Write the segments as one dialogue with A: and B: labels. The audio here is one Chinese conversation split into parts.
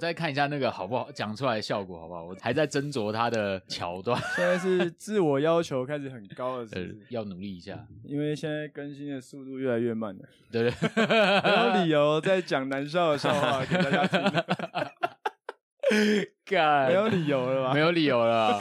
A: 再看一下那个好不好，讲出来的效果好不好？我还在斟酌它的桥段，
B: 现在是自我要求开始很高了，是嗯
A: 呃
B: 不是？
A: 要努力一下。
B: 因为现在更新的速度越来越慢了，
A: 对 不对，
B: 没有理由再讲男校的 笑话给大家听，
A: 干
B: 没有理由了吧？
A: 没有理由了。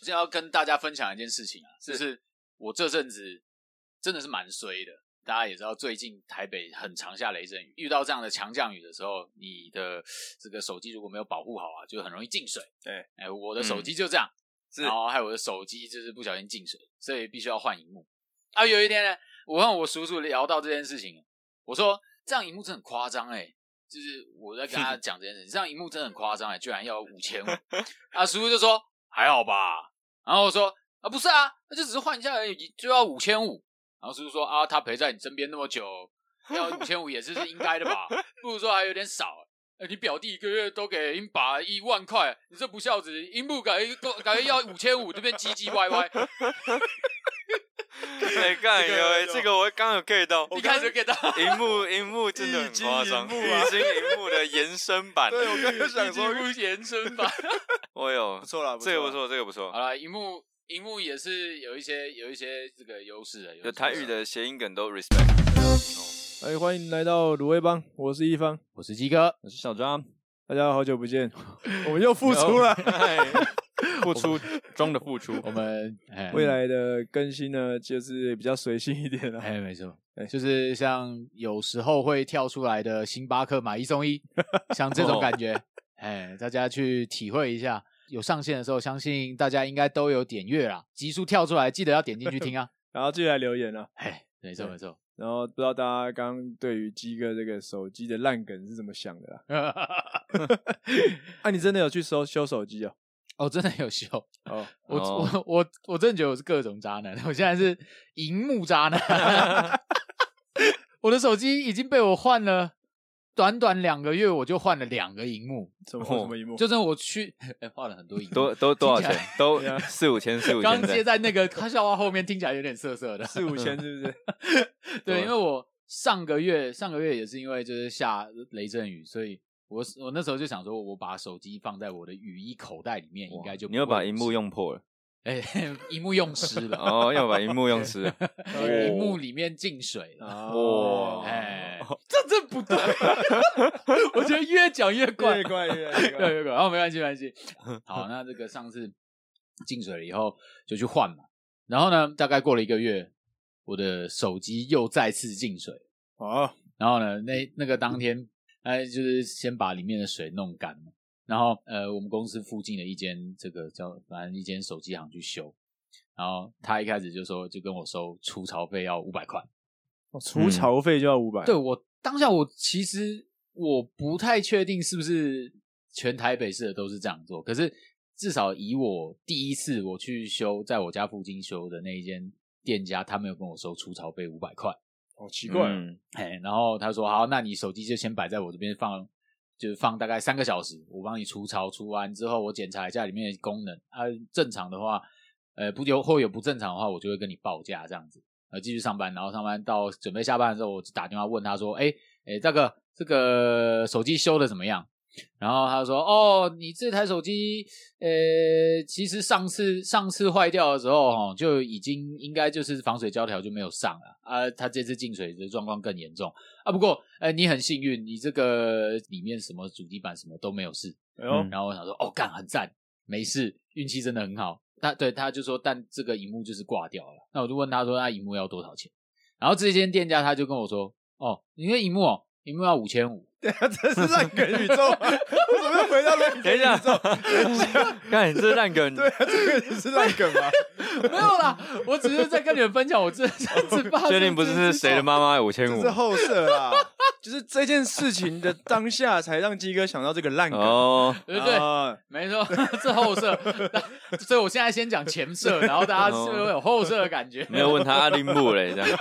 A: 今天要跟大家分享一件事情啊，就是我这阵子真的是蛮衰的。大家也知道，最近台北很常下雷阵雨，遇到这样的强降雨的时候，你的这个手机如果没有保护好啊，就很容易进水。
B: 对，嗯
A: 哎，我的手机就这样，
B: 是
A: 然后还有我的手机就是不小心进水，所以必须要换荧幕。啊，有一天呢，我和我叔叔聊到这件事情，我说这样荧幕真的很夸张哎，就是我在跟 他讲这件事情，这样荧幕真的很夸张哎，居然要五千五。啊，叔叔就说还好吧，然后我说啊不是啊，那就只是换一下而已，就要五千五。然后叔叔说啊，他陪在你身边那么久，要五千五也是是应该的 吧？不如说还有点少、呃你表弟一个月都给英爸一万块，你这不孝子，英布感觉感觉要五千五，这边唧唧歪歪，
C: 哎，
B: 这
C: 干有
B: 个
C: 哎，这 个我刚有 get 到，
A: 一开始 get 到，
C: 荧幕荧幕真的
B: 一
C: 很
B: 斤
C: 夸张，
B: 荧幕啊
C: 一斤荧幕的延伸版。
B: 对，我刚刚
A: 一
B: 想说，
A: 进屋延伸吧。
C: 我有
B: 不，错啊啦，
C: 这个不
B: 啦，
C: 错，这个不错
A: 好。了，荧幕荧幕也是有一些有一些这个优势的，
C: 有台语
A: 优势，
C: 的谐音梗都 respect。
B: 哎，欢迎来到卤味帮，我是一方，
A: 我是鸡哥，
C: 我是小张，
B: 大家好久 不见，我们又复出了。
C: 哦 付出中的付 出
A: 我们哎
B: 未来的更新呢，就是比较随性一 点了、
A: 哎、没错
B: 对，
A: 就是像有时候会跳出来的星巴克买一送一，像这种感觉，哎、大家去体会一下。有上线的时候，相信大家应该都有点阅啦。集数跳出来，记得要点进去听啊。
B: 然后继续来留言了。
A: 哎，没错
B: 对
A: 没错，
B: 然后不知道大家刚刚对于鸡哥这个手机的烂梗是怎么想的啦？啊，你真的有去收修手机哦？
A: 哦，真的有秀。
B: 哦，
A: 我、
C: 哦
A: 我我我真的觉得我是各种渣男，我现在是荧幕渣 男。我的手机已经被我换了，短短两个月我就换了两个荧幕，
B: 什么、
C: 哦
B: 什么荧幕？
A: 就真的我去、 哎换了很多荧幕，
C: 多多多少
A: 听起
C: 钱
A: 来？
C: 都
B: 对啊
C: 四五千，四五
A: 刚
C: 千
A: 接
C: 的。
A: 在那个他笑话后面，听起来有点涩涩的。
B: 四五千是不是？
A: 对，因为我上个月上个月也是因为就是下雷阵雨，所以我我那时候就想说，我把手机放在我的雨衣口袋里面，应该就
C: 你又
A: 不会
C: 把荧幕用破了，
A: 哎 荧幕用湿了，
C: 哦，要把荧幕用湿了。
A: 荧幕里面进水了。
B: 哦，
C: 哇
A: 哎，这这不对， 我觉得越讲越怪
B: 越，怪越来越
A: 对，
B: 怪。
A: 有有，然后没关系，没关系。好，那这个上次进水了以后就去换嘛，然后呢，大概过了一个月，我的手机又再次进水，
B: 哦，
A: 然后呢，那那个当天，哎，就是先把里面的水弄干嘛，然后呃，我们公司附近的一间这个叫反正一间手机行去修，然后他一开始就说就跟我收除槽费要五百块，
B: 哦除槽费就要五百、
A: 对我当下我其实我不太确定是不是全台北市的都是这样做，可是至少以我第一次我去修在我家附近修的那一间店家，他没有跟我收除槽费五百块。
B: 好奇怪、哦。
C: 嗯
A: 哎，然后他说好，那你手机就先摆在我这边放，就是放大概三个小时，我帮你除槽，除完之后我检查一下里面的功能，啊，正常的话，呃，不有或有不正常的话，我就会跟你报价这样子，呃，继续上班，然后上班到准备下班的时候，我就打电话问他说，哎哎，大哥，这个手机修的怎么样？然后他说：“哦，你这台手机，呃，其实上次上次坏掉的时候，哦，就已经应该就是防水胶条就没有上了啊。它这次进水的状况更严重啊。不过，呃，你很幸运，你这个里面什么主机板什么都没有事。
B: 哎呦，
C: 嗯
A: 然后我想说，哦，干，很赞，没事，运气真的很好。他对他就说，但这个荧幕就是挂掉了。那我就问他说，那荧幕要多少钱？然后这间店家他就跟我说，哦，你那荧幕哦，荧幕要五千五。
B: 这是烂梗宇宙吗，我怎么又回到烂梗
C: 等一
B: 宇
C: 下
B: 宙？
C: 看你这烂梗，
B: 对啊，这个也是烂梗吗？
A: 没有啦，我只是在跟你们分享，我这这次发生
C: 确定不
A: 这件
C: 是
A: 事
C: 谁的妈妈五千
B: 这
C: 五
B: 是？后设啦，啊就是这件事情的当下，才让鸡哥想到这个烂梗。
C: 哦，
A: 对不对？
B: 啊
A: 没错， 是后设，那所以我现在先讲前设，然后大家是不是会有后设的感觉？
C: 哦没有问他阿丁木嘞，这样，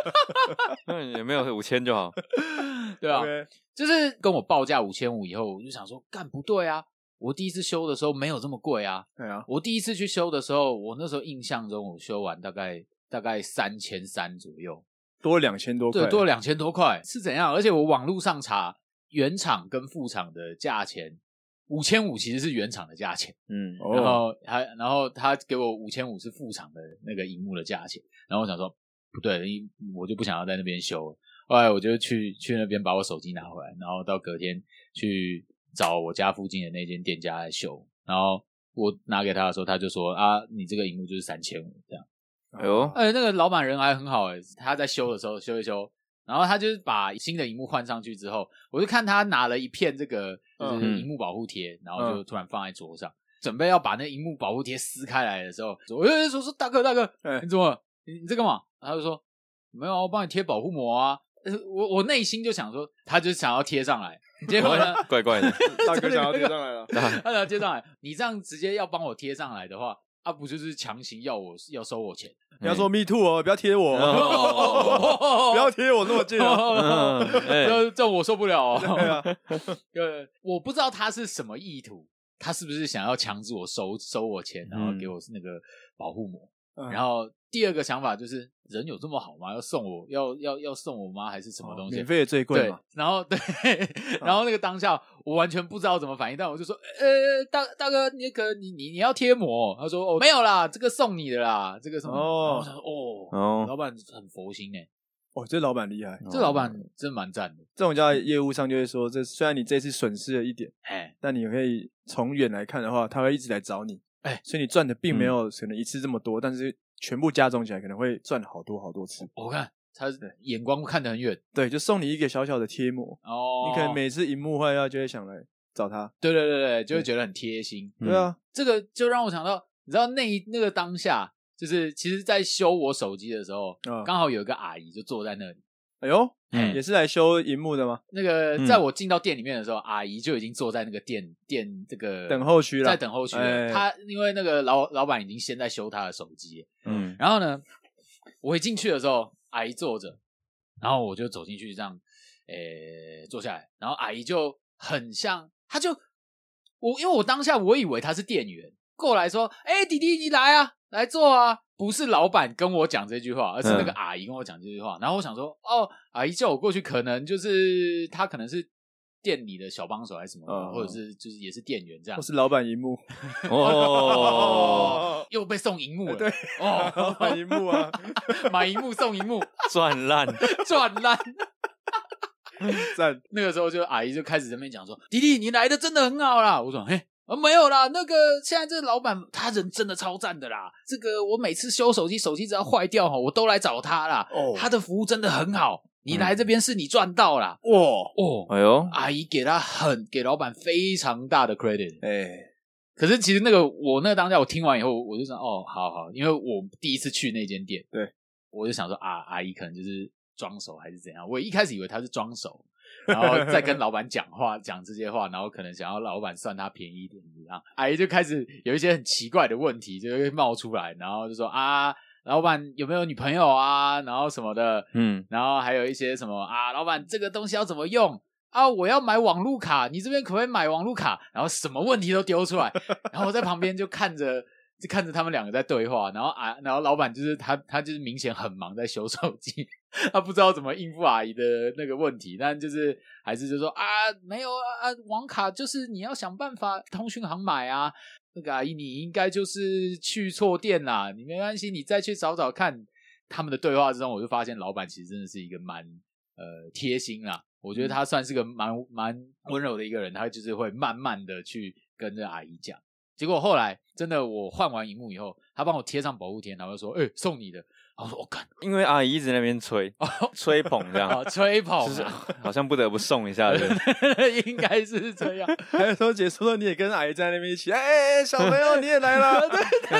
C: 嗯，也没有五千就好，
A: 对啊，
B: OK，
A: 就是跟我报价五千五以后，我就想说，干不对啊！我第一次修的时候没有这么贵啊！
B: 对啊，
A: 我第一次去修的时候，我那时候印象中我修完大概大概三千三左右，
B: 多两千多块，
A: 对，多了两千多块是怎样？而且我网络上查原厂跟副厂的价钱，五千五其实是原厂的价钱。
C: 嗯，
A: 然
B: 哦，
A: 后他，然后他给我五千五是副厂的那个荧幕的价钱，然后我想说不对，因我就不想要在那边修了。后来我就去去那边把我手机拿回来，然后到隔天去找我家附近的那间店家来修。然后我拿给他的时候，他就说啊，你这个荧幕就是三千五这样。
C: 哎
B: 哦
C: 呦，
A: 哎、那个老板人还很好哎、他在修的时候修一修，然后他就是把新的荧幕换上去之后，我就看他拿了一片这个就是
C: 嗯
A: 荧幕保护贴，然后就突然放在桌上，准备要把那荧幕保护贴撕开来的时候，我就说说大哥大哥，
B: 哎
A: 你怎么了你你在干嘛？他就说没有啊，我帮你贴保护膜啊。呃我我内心就想说，他就想要贴上来，结果呢，
C: 怪怪的，
B: 大哥想要贴上来 了，
A: 他想要贴上来，你这样直接要帮我贴上来的话，啊，不就是强行要我要收我钱？
B: 不要说 me too 哦，不要贴我哦，不
A: 不
B: 要贴我那么近哦。
C: 嗯哎
A: 这这我受不了、
B: 对
A: 哦。
B: 啊，
A: 对，我不知道他是什么意图，他是不是想要强制我收收我钱，然后
C: 嗯
A: 给我那个保护膜？
B: 嗯
A: 然后第二个想法就是，人有这么好吗？要送我，要要要送我妈还是什么东西？
B: 哦免费的最贵
A: 对
B: 嘛，，
A: 然后 对，然后那个当下我完全不知道怎么反应，但我就说，呃，大大哥，那个你你你要贴膜哦？他说哦没有啦，这个送你的啦，这个什么？
B: 哦
A: 然后我想说哦，
C: 哦，
A: 老板很佛心哎、
B: 哦，这老板厉害，
A: 这老板真蛮赞的，
B: 这种叫业务上就会说，这虽然你这次损失了一点，
A: 哎
B: 但你可以从远来看的话，他会一直来找你，
A: 哎
B: 所以你赚的并没有可能一次这么多，但是全部加总起来可能会赚好多好多次。
A: 我看他眼光看得很远
B: 对，就送你一个小小的贴膜，
A: 哦，
B: 你可能每次荧幕坏掉就会想来找他。
A: 对对对对，就会觉得很贴心。
C: 嗯
B: 对啊，
A: 这个就让我想到，你知道那一那个当下，就是其实，在修我手机的时候，
B: 嗯
A: 刚好有一个阿姨就坐在那里。
B: 哎呦，
C: 嗯
B: 也是来修荧幕的吗？
A: 那个
C: 嗯
A: 在我进到店里面的时候，阿姨就已经坐在那个店店这个
B: 等候区啦
A: 在等候区了。
B: 哎
A: 她因为那个老老板已经先在修她的手机了，
C: 嗯，
A: 然后呢，我一进去的时候，阿姨坐着，然后我就走进去这样，诶、坐下来，然后阿姨就很像，她就我因为我当下我以为她是店员过来说，哎、弟弟你来啊，来坐啊，不是老板跟我讲这句话，而是那个
C: 嗯
A: 阿姨跟我讲这句话，然后我想说，哦，阿姨叫我过去，可能就是她可能是。店里的小帮手还是什么的，
B: 哦
A: 或者是就是也是店员这样
B: 我，是老板荧幕，
C: 哦，
A: 哦，又被送荧幕了，
B: 呃对， 老
A: 哦，
B: 板荧幕啊，
A: 买一幕送一幕，
C: 赚烂，
A: 赚烂。
B: 赞，
A: 那个时候就阿姨就开始在那边讲说：“弟弟，你来的真的很好啦。”我说：“嘿。”啊，没有啦，那个现在这个老板他人真的超赞的啦。这个我每次修手机，手机只要坏掉哈，我都来找他啦。
B: 哦
A: 他的服务真的很好，你来这边是你赚到啦。
B: 哇，
A: 哦，
C: 哎呦，
A: 阿姨给他很给老板非常大的 credit。
B: 哎，
A: 可是其实那个我那个当下我听完以后，我就想哦，好好，因为我第一次去那间店，
B: 对，
A: 我就想说啊，阿姨可能就是装熟还是怎样。我一开始以为她是装熟，然后再跟老板讲话讲这些话，然后可能想要老板算她便宜一点这样。阿姨就开始有一些很奇怪的问题就会冒出来，然后就说啊，老板有没有女朋友啊，然后什么的，
C: 嗯，
A: 然后还有一些什么啊，老板这个东西要怎么用啊？我要买网路卡，你这边可不可以买网路卡？然后什么问题都丢出来，然后我在旁边就看着。就看着他们两个在对话，然后啊，然后老板就是他，他就是明显很忙在修手机，他不知道怎么应付阿姨的那个问题，但就是还是就说啊，没有啊，啊网卡就是你要想办法通讯行买啊，那个阿姨你应该就是去错店啦，你没关系，你再去找找看。他们的对话之中，我就发现老板其实真的是一个蛮呃贴心啦，我
C: 嗯
A: 觉得他算是个蛮蛮温柔的一个人，他就是会慢慢的去跟这阿姨讲。结果后来真的我换完荧幕以后，他帮我贴上保护贴，然后就说：“哎、送你的。”然后我说：“我、哦干
C: 因为阿姨一直在那边吹，吹捧这样
A: 啊，，吹捧、
C: 就是
A: 啊，
C: 好像不得不送一下的。
A: 应该是这样。
B: 还有时候结束了，你也跟阿姨在那边一起，哎哎哎，小朋友你也来 了，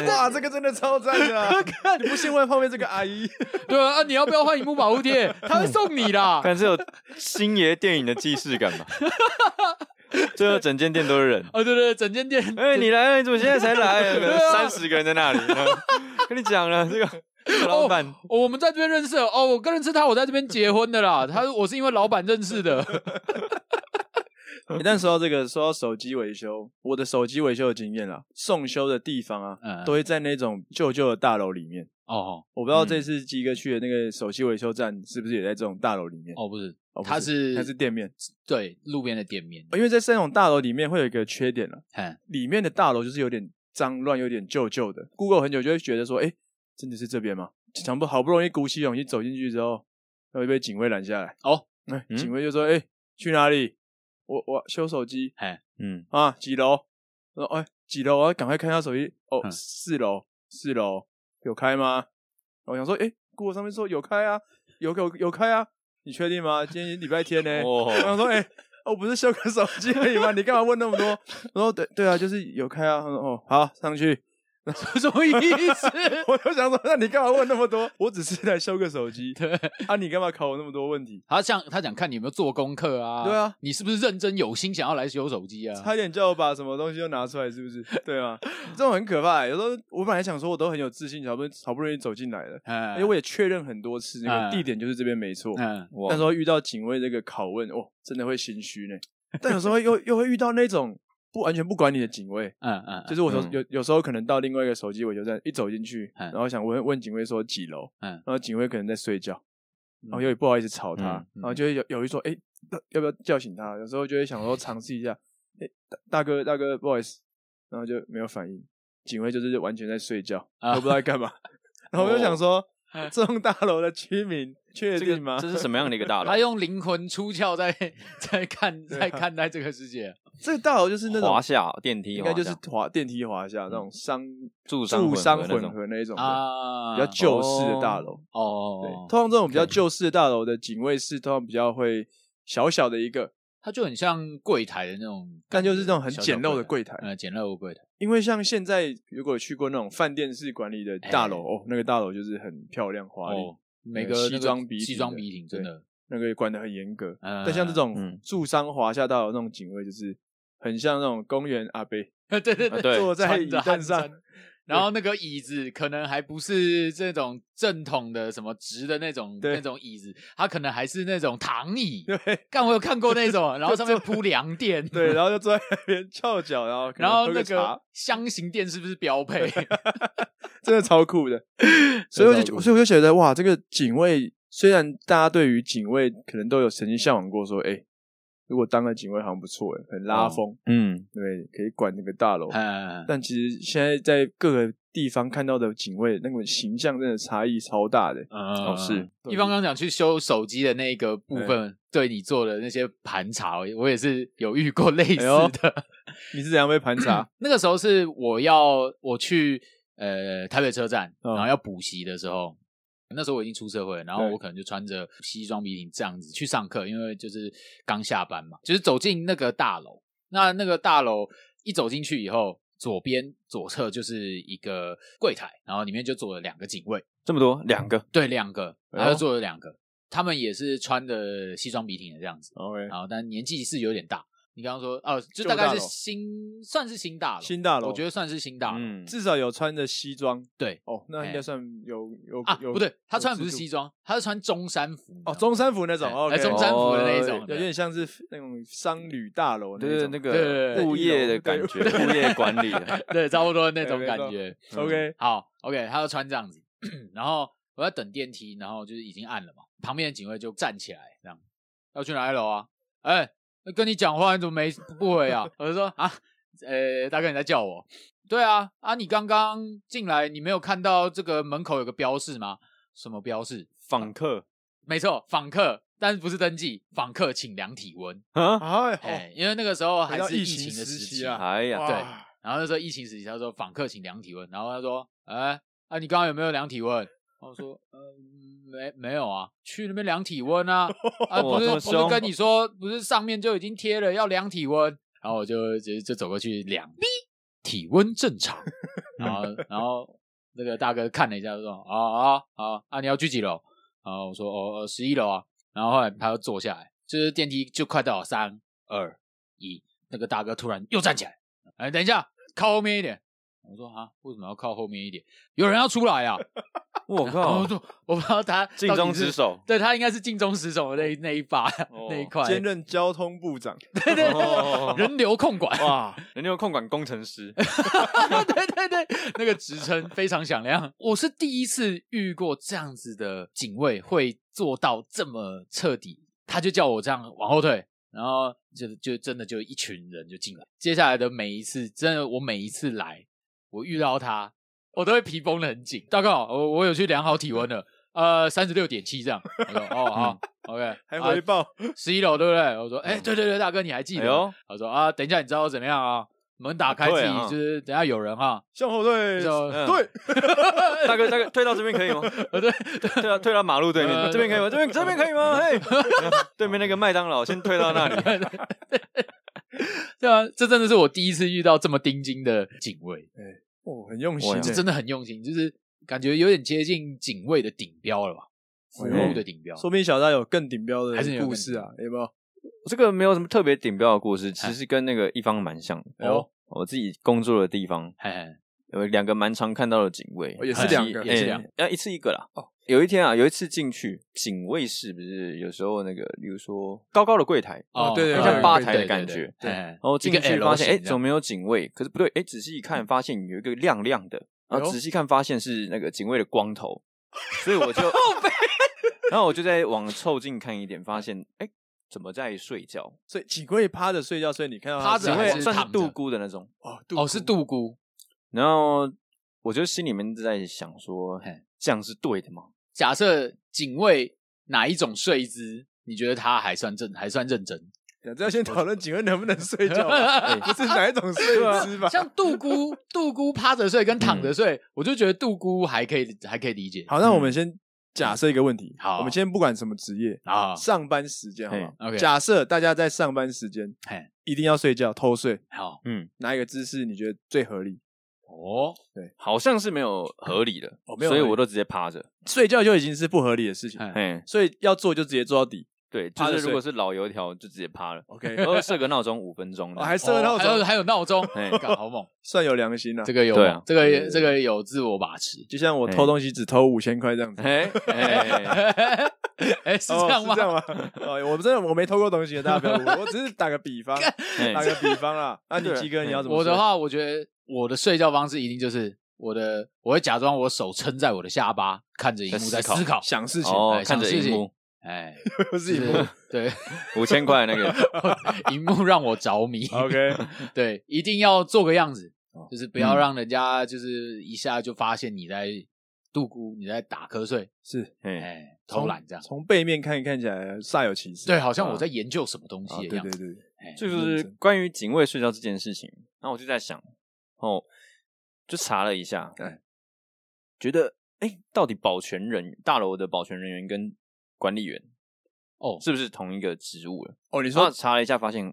B: 哇，这个真的超赞的啊！ 你不信问后面这个阿 姨，
A: 对啊，啊你要不要换荧幕保护贴？他会送你 啦。
C: 但是有星爷电影的既视感嘛，最后整间店都是人。
A: 哦，对对，对整间店
C: 哎、你来了，你怎么现在才来？
A: 啊
C: 三十个人在那里， 跟你讲了，这个这个老板
A: 哦我们在这边认识的哦，我跟认识他，我在这边结婚的啦。他我是因为老板认识的，
B: 哎但说到这个，说到手机维修，我的手机维修的经验啊，送修的地方啊，
A: 嗯
B: 都会在那种旧旧的大楼里面。
A: 哦
B: 我不知道
C: 嗯
B: 这次鸡哥去的那个手机维修站是不是也在这种大楼里面？
A: 哦不是，
B: 哦不
A: 他是
B: 它是店面，
A: 对路边的店面，
B: 因为在这种大楼里面会有一个缺点啊，
A: 嗯
B: 里面的大楼就是有点脏乱，有点旧旧的。Google 很久就会觉得说，哎、真的是这边吗？强不好不容易鼓起勇气走进去之后，然后被警卫拦下来。
A: 哦，
B: 哎、
C: 嗯
B: 警卫就说，哎、去哪里？我我修手机
C: 嗯，
B: 啊，几楼？我说，哎、几楼？我要赶快看一下手机。哦，
A: 嗯
B: 四楼，四楼有开吗？我想说，哎、g o o g l e 上面说有开啊，有有有开啊，你确定吗？今天礼拜天呢、我
C: 哦，
B: 想说，哎、我不是修个手机而已吗？你干嘛问那么多？我说，对对啊，就是有开啊。他说，哦，好，上去。
A: 什么意思？
B: 我就想说，那你干嘛问那么多？我只是来修个手机
A: 对，
B: 啊，你干嘛考我那么多问题？
A: 他像他讲看你有没有做功课啊？
B: 对啊，
A: 你是不是认真有心想要来修手机啊？
B: 差点叫我把什么东西都拿出来，是不是？对吗？这种很可怕、欸。有时候我本来想说，我都很有自信，好不容易好不容易走进来了，因
A: 嗯
B: 为我也确认很多次，那
A: 嗯
B: 个地点就是这边没错。
A: 嗯
C: 哇
B: 但时候遇到警卫这个拷问，哦，真的会心虚呢。但有时候又又会遇到那种不完全不管你的警卫，
A: 嗯嗯，
B: 就是我有、
C: 嗯
B: 有有时候可能到另外一个手机维修站，一走进去，
A: 嗯
B: 然后想问问警卫说几楼，
A: 嗯
B: 然后警卫可能在睡觉，然后又不好意思吵他，
C: 嗯嗯
B: 然后就会有有一说，哎、要要不要叫醒他？有时候就会想说尝试一下，哎、大大哥大哥，不好意思，然后就没有反应，警卫就是完全在睡觉，
A: 啊
B: 都不知道在 干嘛。然后我就想说， 这栋大楼的居民确
C: 哦这
B: 定
C: 个
B: 吗？
C: 这是什么样的一个大
A: 他
C: 佬？
A: 用灵魂出窍在在看在
B: 啊
A: 看待这个世界。
B: 这个大楼就是那种
C: 华。夏电梯
B: 应
C: 华夏，
B: 该就是华电梯华
C: 嗯
B: 夏那种商
C: 住商
B: 住商
C: 混合那
B: 混
C: 种
B: 合那一种的
A: 啊，
B: 比较旧式的大
C: 哦
B: 楼。对，
A: 哦，
B: 通常这种比较旧式的大楼的警卫室，通常比较会小小的一个，
A: 它就很像柜台的那种感觉，
B: 但就是这种很
A: 小小
B: 简陋的柜台。
A: 呃，简陋的柜台，
B: 因为像现在如果有去过那种饭店式管理的大楼，哦，那个大楼就是很漂亮华丽，
A: 哎哦，每个
B: 西
A: 那个
B: 装笔挺
A: 西装
B: 的
A: 笔挺，真
B: 对
A: 的，
B: 那个管得很严格。
A: 嗯
B: 但像这，
C: 嗯
B: 种住商华夏大楼那种警卫，就是很像那种公园阿伯
A: 对对
C: 啊
A: 对，
C: 对
B: 坐 在
A: 穿
B: 椅
A: 着汗
B: 凳上
A: 衫，然后那个椅子可能还不是这种正统的什么直的那种
B: 对
A: 那种椅子，它可能还是那种躺椅。
B: 对
A: 干，我有看过那 种，然后上面铺凉垫，
B: 对，然后就坐在那边翘脚，然后可能
A: 然后
B: 喝
A: 那
B: 茶
A: 个箱型垫是不是标配？
B: 真的超酷的。所以我
A: 真的超
B: 就
A: 酷
B: 所以我就觉得哇，这个警卫虽然大家对于警卫可能都有曾经向往过说，哎、如果当个警卫好像不错，哎，很拉风，
C: 嗯，
B: 对，可以管那个大楼。
A: 嗯，
B: 但其实现在在各个地方看到的警卫，那个形象真的差异超大的。
A: 哦
C: 是
A: 一方刚讲去修手机的那个部分，对你做的那些盘查，我也是有遇过类似
B: 哎呦
A: 的。
B: 你是怎样被盘 查？
A: 那个时候是我要我去呃台北车站，
B: 嗯
A: 然后要补习的时候，那时候我已经出社会了，然后
B: 对
A: 我可能就穿着西装笔挺这样子去上课，因为就是刚下班嘛，就是走进那个大楼，那那个大楼一走进去以后，左边左侧就是一个柜台，然后里面就坐了两个警卫，
C: 这么多两个，
A: 对，两个，
B: 哎呦
A: 然后坐了两个，他们也是穿的西装笔挺的这样子，
B: OK，
A: 然后但年纪是有点大。你刚刚说哦，就
B: 哎旧
A: 大概
B: 大
A: 是
B: 楼
A: 新，算是新大楼，
B: 新大楼，
A: 我觉
B: 得
A: 得算是新大楼。
C: 嗯，
B: 至少有穿着西装。
A: 对
B: 哦，那应
A: 哎
B: 该算有有
A: 啊，
B: 有
A: 不对，他穿的不是
B: 有制度
A: 西装，他是穿中山服。你知道
B: 哦，
A: 吗
B: 中山服那种
A: 哎
B: ，OK，
A: 哎中山服的那一种
B: 哦有
A: 对
B: 点像是那种商旅大楼那
C: 对对，
B: 种
C: 那
A: 对对
C: 个
A: 对
C: 物业的感觉，物业管理的，
A: 对，差不 多那种
B: 哎没
A: 感
B: 错
A: 觉。
C: 嗯
B: OK，
A: 好，OK，他就穿这样子，然后我在等电梯，然后就是已经暗了嘛，旁边的警卫就站起来，这样要去哪一楼啊？哎，跟你讲话你怎么没不回啊？我就说啊，呃，大哥你在叫我？对啊，啊，你刚刚进来，你没有看到这个门口有个标示吗？什么标示？
C: 访客
A: 没错，访客，但是不是登记，访客请量体温。
C: 啊，
B: 啊，哎好
A: 哎，因为那个时候还
B: 回到
A: 是
B: 疫
A: 疫
B: 情
A: 情的
B: 时
A: 时
B: 期
A: 期
B: 啊
C: 哎呀，
B: 哇
A: 对然后那时候疫情时期，他说访客请量体温，然后他说，哎、啊，你刚刚有没有量体温？然后我说，嗯、没没有啊，去那边量体温 啊，啊，不
C: 哇
A: 是
C: 这么
A: 不是
C: 凶
A: 跟你说，不是上面就已经贴了要量体温，然后我就就就走过去量，体温正常，然后然后那个大哥看了一下，说，啊啊啊啊，你要去几楼？然后我说，哦，十一楼啊，然后后来他又坐下来，就是电梯就快到了三二一，那个大哥突然又站起来，哎，等一下，靠后面一点。我说啊，为什么要靠后面一点？有人要出来啊！
C: 我
A: 然后
C: 靠
A: 我，说我不知道他
C: 哦尽忠
A: 守。
C: 职守，
A: 对他应该是尽忠职守的那一那一把、那一块，啊
B: 兼任交通部长，
A: 对对
C: 哦
A: 对，人流控管，
C: 哇，人家有控管工程师，
B: 哎
A: 对对对，那个职称非常响亮。我是第一次遇过这样子的警卫会做到这么彻底，他就叫我这样往后退，然后就就真的就一群人就进来。接下来的每一次，真的我每一次来，我遇到他，我都会皮绷得很紧。大哥好，我我有去量好体温了，呃，三十六点七这样。我说哦好、o k
B: 还回报，
A: 十一楼对不对？我说，哎、对对对，大哥你还记
C: 哎
A: 得？
C: 呦
A: 他说啊，等一下你知道怎么样啊？门打开自
C: 对
A: 己、
C: 啊
A: 就是等一下有人啊，
B: 向后退，
A: 就
C: 嗯
B: 对，
C: 大哥大哥，退到这边可以吗？
A: 呃 对，
C: 退到退到马路对
A: 呃
C: 面，这边可以吗？这边这边可以吗？ 嘿，对面那个麦当劳先退到那里，
A: 对啊，这真的是我第一次遇到这么盯紧的警卫，
B: 哦，很用心
C: 哇
B: 欸，
A: 这真的很用心，就是感觉有点接近警卫的顶标了吧，服
B: 哎呦
A: 务的顶标。
B: 说不定小大有更顶标的
A: 还是有更
B: 故事啊，有没有？
C: 这个没有什么特别顶标的故事，其实跟那个一方蛮像的。
B: 哎呦
C: 哦，我自己工作的地方
A: 嘿嘿，
C: 有两个蛮常看到的警卫，
B: 哦也是
C: 自己
B: 两个
A: 也是
C: 哎
A: 两个
C: 要一次一个啦。哦，有一天啊，有一次进去警卫室，不是有时候那个，比如说高高的柜台，
B: 哦对对
C: 很
B: 对
C: 像吧
A: 对
C: 台
A: 对
C: 的感
A: 对
C: 觉。
A: 对，
C: 然
A: 然
C: 后进去发现，哎，怎么
A: 么
C: 没有警卫？可是不对，哎，仔细一看，发现有一个亮亮的，
B: 哎
C: 然后
B: 呦
C: 仔细看发现是那个警卫的光头，所以我就，然后我就再往凑近看一点，发现，哎，怎么在睡觉？
B: 所以警卫趴着睡觉，所以你看到他
A: 趴着
B: 是
C: 警
A: 还
C: 卫
A: 是
C: 算是
A: 躺着
C: 度孤的那种。
B: 哦，
A: 哦是
B: 度
A: 杜姑
C: 然后我就心里面在想说，嘿，这样是对的吗？
A: 假设警卫哪一种睡姿，你觉得他还算正还算认真？
B: 孤，这要先讨论警卫能不能睡觉吧， 不是哪一种睡姿吧？
A: 像杜姑，杜姑趴着睡跟躺着睡，我就觉得杜姑还可以，还可以理解。
B: 好，那我们先假设一个问题，
A: 好
B: 我们先不管什么职业，
A: 啊，
B: 上班时间好不
A: 嘿
B: 好？
A: ，OK
B: 假设大家在上班时间
A: 嘿，
B: 一定要睡觉，偷睡，
A: 好
C: 嗯，
B: 哪一个姿势你觉得最合理？
A: 哦，
C: 好像是没有合理的，
B: 哦没有合
C: 所
B: 理
C: 以我都直接趴着。
B: 睡觉就已经是不合理的事情，
A: 哎
C: 嘿，
B: 所以要做就直接做到底。
C: 对，就
B: 趴着
C: 是如
B: 睡
C: 果是老油条，就直接趴了。
B: OK，
C: 然后设个闹钟五分钟的，
B: 我哦还设闹
A: 哦还有
B: 钟，
A: 还有闹钟，
C: 哎
A: 干好猛！
B: 算有良心了
A: 这。个哎有
C: 对啊，
A: 这
B: 嗯
A: 个这个有自我把持。
B: 就像我偷东西只偷五千块这样子，
C: 哎哎，
A: 哎，是这
B: 哦
A: 样吗
B: 是这？样吗？哦，我真的我没偷过东西，大家不要误会，我只是打个比方，
C: 哎
B: 打个比方啦。那你
C: 对
B: 鸡哥你要怎么？
A: 我的，话，我觉得我的睡觉方式一定就是我的，我会假装我手撑在我的下巴，看着荧幕在
C: 在思考
A: 思考。
B: 想事情，
C: 哦
A: 哎，
C: 看着
A: 想事
C: 荧
A: 情
C: 幕
A: 哎，
B: 不是
A: 就
B: 一
A: 是
B: 幕。
A: 对，
C: 五千块 那个，
A: 荧幕让我着迷。
B: OK，
A: 对，一定要做个样子
B: 哦，
A: 就是不要让人家就是一下就发现你在度孤，你在打瞌睡，
B: 是
C: 哎，
A: 哎，偷懒这样。
B: 从背面看看起来煞有其事。
A: 对，好像我在研究什么东
B: 啊，
A: 西
B: 对
A: 一样
B: 对。对，
A: 哎
C: 就
B: 认
C: 是
B: 真
C: 关于警卫睡觉这件事情，那我就在想，哦，就查了一下，
B: 哎
C: 觉得哎、到底保全人大楼的保全人员跟管理员
A: 哦，
C: 是不是同一个职务了？
B: 哦，你
C: 然后
A: 啊
B: 说
C: 查了一下，发现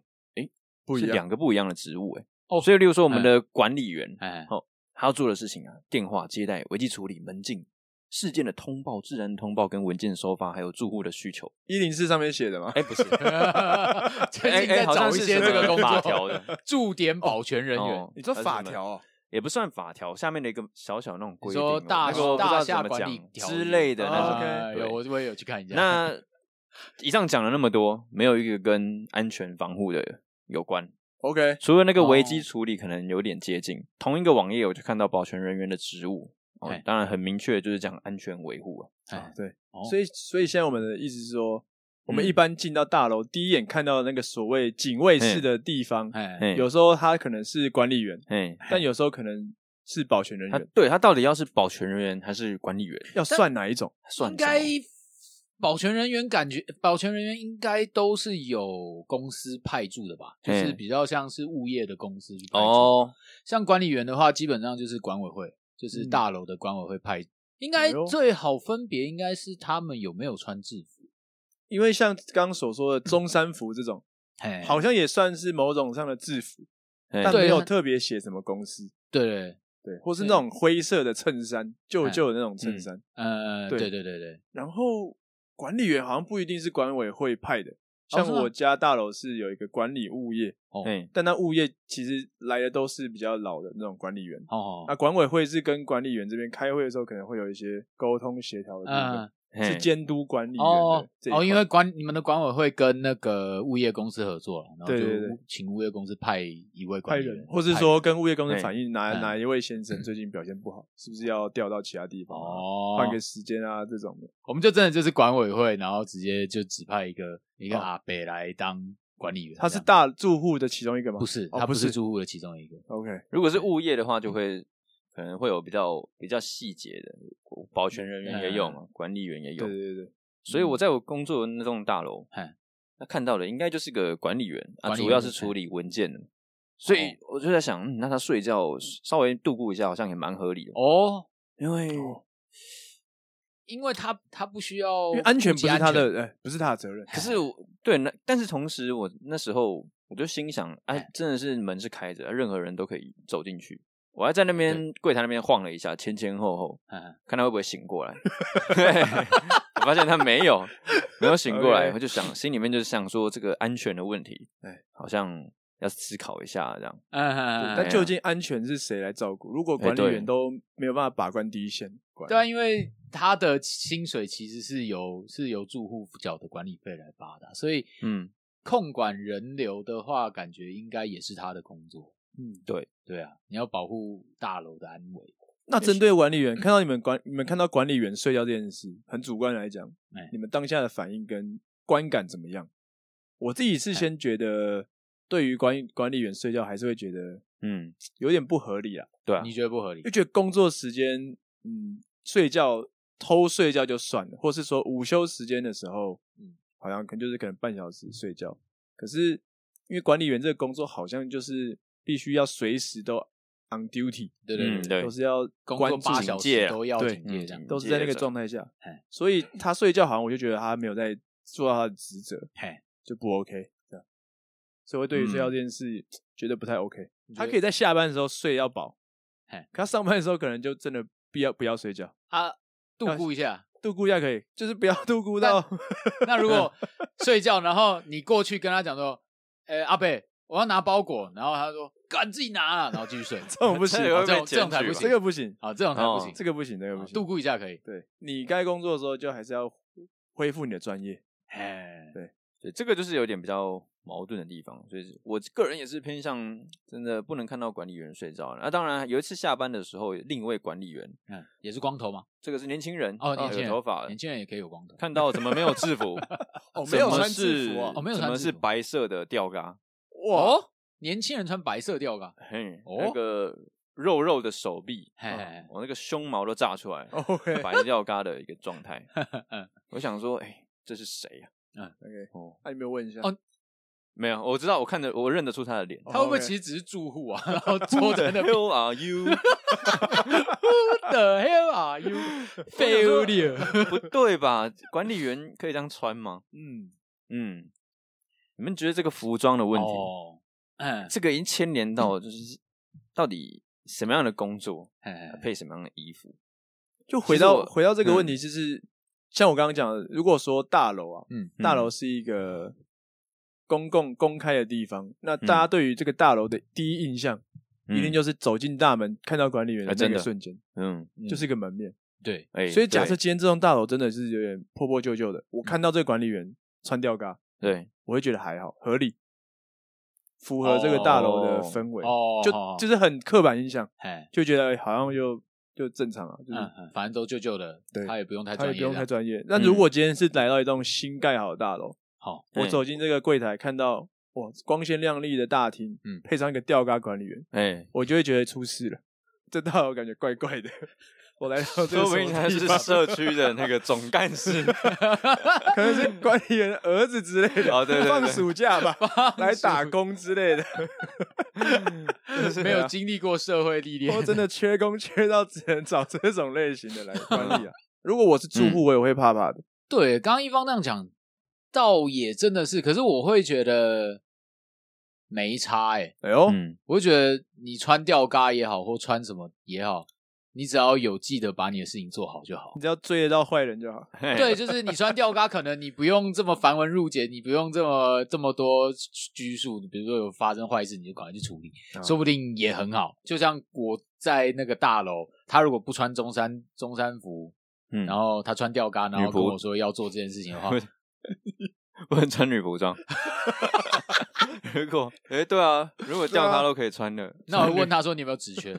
B: 不一
C: 是
B: 样
C: 两个不一样的职务、哎，
A: 哦
C: 所以例如说我们的管理员，
A: 哎，
C: 哦，他要做的事情啊，电话接待、危机处理、门禁。事件的通报、自然通报跟文件收发，还有住户的需求。
B: 一零四上面写的吗？
C: 哎、不是，
A: 最近在
C: 哎好像
A: 找一
C: 是
A: 些
C: 什
A: 这个
C: 么
A: 工
C: 法
A: 作，
C: 条的
A: 驻点保全人员
C: 哦。
B: 你说
C: 还是
B: 法
C: 什么
B: 条哦
C: 也不算法条下面的一个小小那种规定
A: 说
C: 哦，
A: 大
C: 那个我不知道
A: 大厦
C: 怎么
A: 管
C: 讲
A: 理条例
C: 之类的那
B: 哦
C: 种。
B: OK
A: 哎
C: 对
A: 有我我也有去看一下。
C: 那以上讲了那么多，没有一个跟安全防护的有关，
B: ，OK，
C: 除了那个危
A: 哦
C: 机处理可能有点接近。同一个网页，我就看到保全人员的职务，哦
A: 嘿，
C: 当然很明确，就是讲安全维护啊。
A: 哎
B: 对
A: 哦，
B: 所以所以现在我们的意思是说，我们
C: 嗯
B: 一般进到大楼，第一眼看到的那个所谓警卫室的地方，
A: 哎，
C: 嘿
B: 有时候他可能是管理员，
C: 嘿，
B: 但有时候可能是保全人
C: 他
B: 员，
C: 对他到底要是保全人员还是管理员，
B: 要算哪一种？
C: 算
A: 应
C: 什么
A: 该保全人员感觉保全人员应该都是有公司派驻的吧，就
C: 嘿
A: 是比较像是物业的公司去派驻。
C: 哦，
A: 像管理员的话，基本上就是管委会，就是
B: 嗯
A: 大楼的管委会派。应
B: 哎
A: 该
B: 呦
A: 最好分别应该是他们有没有穿制服。
B: 因为像刚刚所说的中山服这种，
C: 嗯
A: 嘿，
B: 好像也算是某种上的制服，
C: 嘿
B: 但
A: 对
B: 没有
A: 它
B: 特别写什么公司，
A: 对对，
B: 对，或是
C: 嗯
A: 对
B: 那种灰色的衬衫，旧旧的那种衬衫。
A: 呃，
B: 对
A: 对对对对，
B: 然后管理员好像不一定是管委会派的，
A: 哦
B: 像
A: 是吗
B: 我家大楼是有一个管理物业，
A: 哦
C: 嘿
B: 但那物业其实来的都是比较老的那种管理员。
A: 哦，
B: 那管委会是跟管理员这边开会的时候，可能会有一些沟通协调的
A: 嗯
B: 部，分，是
C: 嘿
B: 监督管理员
A: 哦
B: 的这一
A: 哦，
B: 块
A: 因为管你们的管委会跟那个物业公司合作了，然后
B: 对
A: 就
B: 对对
A: 请物业公司派一位
B: 派
A: 管理
B: 人
A: 员，，
B: 或是
A: 派
B: 说跟物业公司反映哪
A: 嗯
B: 哪一位先生最近表现不好，是不是要调到其他地方啊，
A: 哦，
B: 换个时间啊这种的。
A: 我们就真的就是管委会，然后直接就指派一个一个
B: 哦
A: 阿伯来当管理员。
B: 他是
A: 这样
B: 大住户的其中一个吗？
A: 不是
B: 哦
A: 他不
B: 不是
A: 是住户的其中一个？
B: ，OK，
C: 如果是物业的话，就会可能会有比较比较细节的，保全人员也有嘛，管理员也有
B: 对，对对对，
C: 所以我在我工作的那栋大楼
A: 嗯，
C: 那看到的应该就是个管理员啊，
A: 管理员
C: 主要是处理文件的。所以我就在想，嗯那他睡觉稍微度过一下，好像也蛮合理的，
A: 哦，
C: 因为
A: 因为他他不需要
B: 因为安全不
A: 顾及
B: 是他的，哎，不是他的责 任。
C: 可是我对，那但是同时我那时候我就心想，哎、真的是门是开着，啊任何人都可以走进去。我还在那边柜台那边晃了一下，前前后后，
A: 安全，
C: 看他会不会醒过来。 对，我发现他没有，没有醒过来
B: OK
C: 我就想心里面就想说这个安全的问题，
B: 哎
C: 好像要思考一下这样。
A: 嗯
B: 对
A: 嗯嗯，
B: 但究竟安全是谁来照顾？如果管理
C: 哎对
B: 员都没有办法把关第一线，管
A: 对啊，因为他的薪水其实是由是由住户缴的管理费来发的啊，所以
C: 嗯，
A: 控管人流的话，感觉应该也是他的工作。
B: 嗯，
A: 对啊，你要保护大楼的安危。
B: 那针对管理员，看到你们管你们看到管理员睡觉这件事，很主观来讲
A: 哎，
B: 你们当下的反应跟观感怎么样？我自己
A: 哎
B: 是先觉得，对于管管理员睡觉，还是会觉得
C: 嗯，
B: 有点不合理啊，
C: 对啊
A: 你，觉得不合理
B: 就？觉得工作时间，嗯，睡觉偷睡觉就算了，或是说午休时间的时候，嗯，好像可能就是可能半小时睡觉，可是因为管理员这个工作好像就是必须要随时都 on duty，
A: 对对
C: 嗯
A: 对，
C: 对
B: 都是要
A: 工
B: 关
A: 作
B: 注
A: 八小
C: 警戒
A: 时
C: 啊
A: 都要
B: 对
A: 警戒这样
C: 嗯。
B: 都是在那个状态下
A: 嘿，
B: 所以他睡觉好像我就觉得他没有在做到他的职责，
A: 嘿，
B: 就不 OK 这样。所以我对于睡觉这件事觉得不太 OK。
A: 嗯你觉
B: 他
A: 得
B: 可以在下班的时候睡要饱，
A: 嘿
B: 可他上班的时候可能就真的必要不要睡觉，
A: 他度过一 下。
B: 度估一下可以，就是不要度 估到
A: 那如果睡觉，然后你过去跟他讲说：“呃、阿贝，我要拿包裹。”然后他说：“干，自己拿啊。”然后继续睡。
B: 这种不行，
C: 这个
A: 哦
C: 会
A: 这
C: 被
A: 种这种才不
C: 检举吧
A: 行
B: 这个不行，
A: 啊，这种才不行。
B: 这个不行，这个不
A: 啊
B: 行。
A: 度过一下可以。
B: 对你该工作的时候就还是要恢复你的专业，
A: 哎，
C: 对，这个就是有点比较矛盾的地方，所以我个人也是偏向真的不能看到管理员睡着。那、当然，有一次下班的时候，另一位管理员，
A: 嗯，也是光头嘛。
C: 这个是年轻人
A: 哦，年轻
C: 有
A: 人，
C: 头发，
A: 年轻人也可以有光头。
C: 看到怎么没有制 服？
B: 哦没
C: 怎
B: 有
C: 么
B: 穿
C: 是
B: 制服啊
A: 哦没有
C: 怎
A: 穿
C: 么
A: 制
C: 是
A: 服
C: 白色的吊嘎？
A: 哦，年轻人穿白色吊嘎。
C: 嘿，
A: 哦
C: 那个肉肉的手臂，
A: 嘿嘿
C: 啊
A: 嘿
C: 我那个胸毛都炸出来
B: OK 嗯
C: 白吊嘎的一个状 态。我想说，哎，这是谁呀？
B: ，OK，
C: 哦，
B: 那你没 有问一下
A: 哦
C: 没有，我知道，我看着我认得出他的脸。
B: 哦
A: 他会不会其实只是住户 啊？然后坐在那
C: Who the hell are you？
A: Who the hell are you? Failure。
C: 不对吧？管理员可以这样穿吗？
B: 嗯，
C: 嗯，你们觉得这个服装的问题，
A: 哦，嗯，
C: 这个已经牵连到
B: 嗯
C: 就是到底什么样的工作
A: 哎
C: 配什么样的衣服？
B: 就回
C: 其实
B: 到
C: 我嗯
B: 回到这个问题，就是、像我刚刚讲的，如果说大楼啊，
A: 嗯
B: 大楼是一个公共公开的地方，那大家对于这个大楼的第一印象，
C: 嗯
B: 一定就是走进大门看到管理员的
C: 啊
B: 那
C: 真
B: 个
C: 的
B: 瞬间，
C: 嗯，
B: 就是一个门面。
A: 对，
C: 哎，
B: 所以假设
C: 对嗯
B: 今天这栋大楼真的是有点破破旧旧的，我看到这个管理员穿吊嘎，
C: 对，
B: 我会觉得还好，合理。符合这个大楼的
C: 哦
B: 氛围，
A: 哦
B: 就
A: 哦
B: 就是很刻板印象，
A: 哎，
B: 就觉得哎好像就就正常啊，就是
A: 嗯，嗯反正都旧旧的
B: 对，
A: 他也不用太
B: 他也
A: 专
B: 不
A: 业
B: 用
A: 这
B: 太
A: 样。
B: 专业。那
C: 嗯
B: 如果今天是来到一栋新盖好的大楼，
A: 好，
B: 我
C: 嗯
B: 走进这个柜台，看到哇光鲜亮丽的大厅，
A: 嗯
B: 配上一个吊嘎管理员，
C: 哎，
B: 我就会觉得出事了。这大楼感觉怪怪的，我来到这
C: 说
B: 个
C: 不
B: 什么
C: 定他
B: 地
C: 是
B: 方
C: 社区的那个总干 事，
B: 可能是管理员的儿子之类的，
C: 哦对对对
B: 放暑假吧，来打工之类的， 啊
A: 没有经历过社会历练
B: 我，真的缺工缺到只能找这种类型的来管理 啊。如果我是住
C: 嗯
B: 户，我也会怕怕的。
A: 对，刚刚一方那样讲，倒也真的是，可是我会觉得没差哎、
B: 哎呦，
C: 嗯，
A: 我会觉得你穿吊嘎也好，或穿什么也好，你只要有记得把你的事情做好就好
B: 你。只要追得到坏人就好。
C: 哎
A: 对，就是你穿吊嘎，可能你不用这么繁文缛节，你不用这么这么多拘束。你比如说有发生坏事，你就赶快去处理，
B: 啊
A: 说不定也很好。就像我在那个大楼，他如果不穿中山中山服，
C: 嗯，
A: 然后他穿吊嘎，然
C: 女
A: 后跟
C: 仆
A: 我说要做这件事 情的话，
C: 不能穿女仆装。 如果哎、对啊，如果吊咖都可以穿的，
A: 那我会问他说：“你有没有职权？”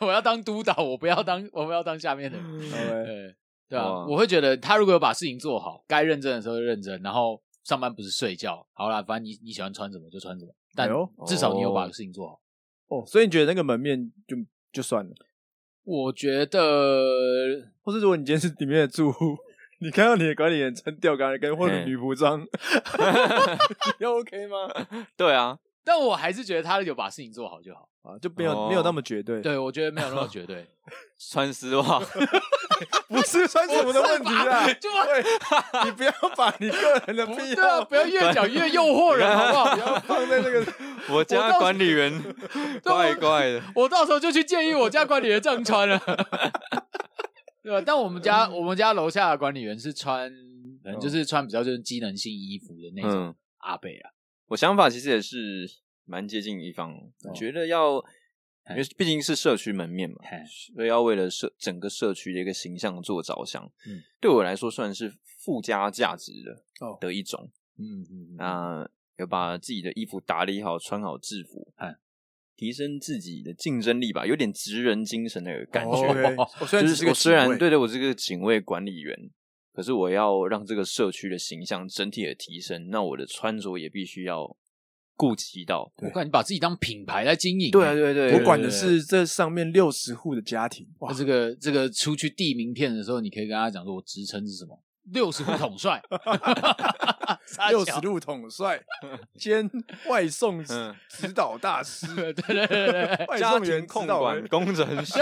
A: 我要当督导，我不要当，我不要当下面的人。
B: 好嘞
A: 对对啊，
C: 哇
A: 我会觉得他如果有把事情做好，该认真的时候就认真，然后上班不是睡觉，好啦，反正你你喜欢穿什么就穿什么，但
B: 哎呦
A: 至少你有把
C: 哦
A: 事情做好。
B: 哦，所以你觉得那个门面就就算了，
A: 我觉得
B: 或是如果你今天是里面的住户，你看到你的管理员穿吊杆跟或者
C: 嗯
B: 女仆 装，要 OK 吗？
C: 对啊，
A: 但我还是觉得他有把事情做好就好。
B: 啊，就没有、
C: 哦
B: 没有那么绝对，
A: 对，我觉得没有那么绝对。
C: 穿丝袜，
B: 不是穿 什么的问题啊。
A: 就
B: 对，你不要把你个人的
A: 不
B: 癖
A: 对
B: 好
A: 啊，不要越讲越诱惑人，好不好？
B: 不要放在那个，
C: 我
A: 我
C: 家
A: 倒是
C: 管理员 怪怪的，
A: 我到时候就去建议我家管理员这样穿了。 对吧？但我们家
C: 嗯
A: 我们家楼下的管理员是穿，可能就是穿比较就是机能性衣服的那种
C: 嗯，
A: 阿贝啊。
C: 我想法其实也是蛮接近一方，
A: 哦
C: 我觉得要，
A: 哎
C: 因为毕竟是社区门面嘛，
A: 嘿
C: 所以要为了社整个社区的一个形象做着想，
A: 嗯
C: 对我来说算是附加价值的、
B: 哦
C: 的一种。
A: 嗯嗯嗯，
C: 那有把自己的衣服打理好，穿好制服，
A: 嗯
C: 提升自己的竞争力吧，有点职人精神的 感觉。
B: 哦，OK 我虽然只
C: 就
B: 是
C: 是
B: 个
C: 我虽
B: 警
C: 然
B: 卫
C: 对对，我是个警卫管理员，可是我要让这个社区的形象整体的提升，那我的穿着也必须要顾及到。
A: 我看你把自己当品牌在经营。欸
C: 对啊，对
B: 我
C: 对，
B: 管的是这上面六十户的家庭，哇
A: 那，这个这个出去递名片的时候，你可以跟他讲说，我职称是什么？六十户统 帅，傻
B: 六十
A: 小
B: 路统帅兼外送指
C: 嗯
B: 指导大师，
A: 对对对对
B: 外
C: 家
B: 送员
C: 庭
B: 指
C: 控
B: 导
C: 管
B: 员
C: 工程师。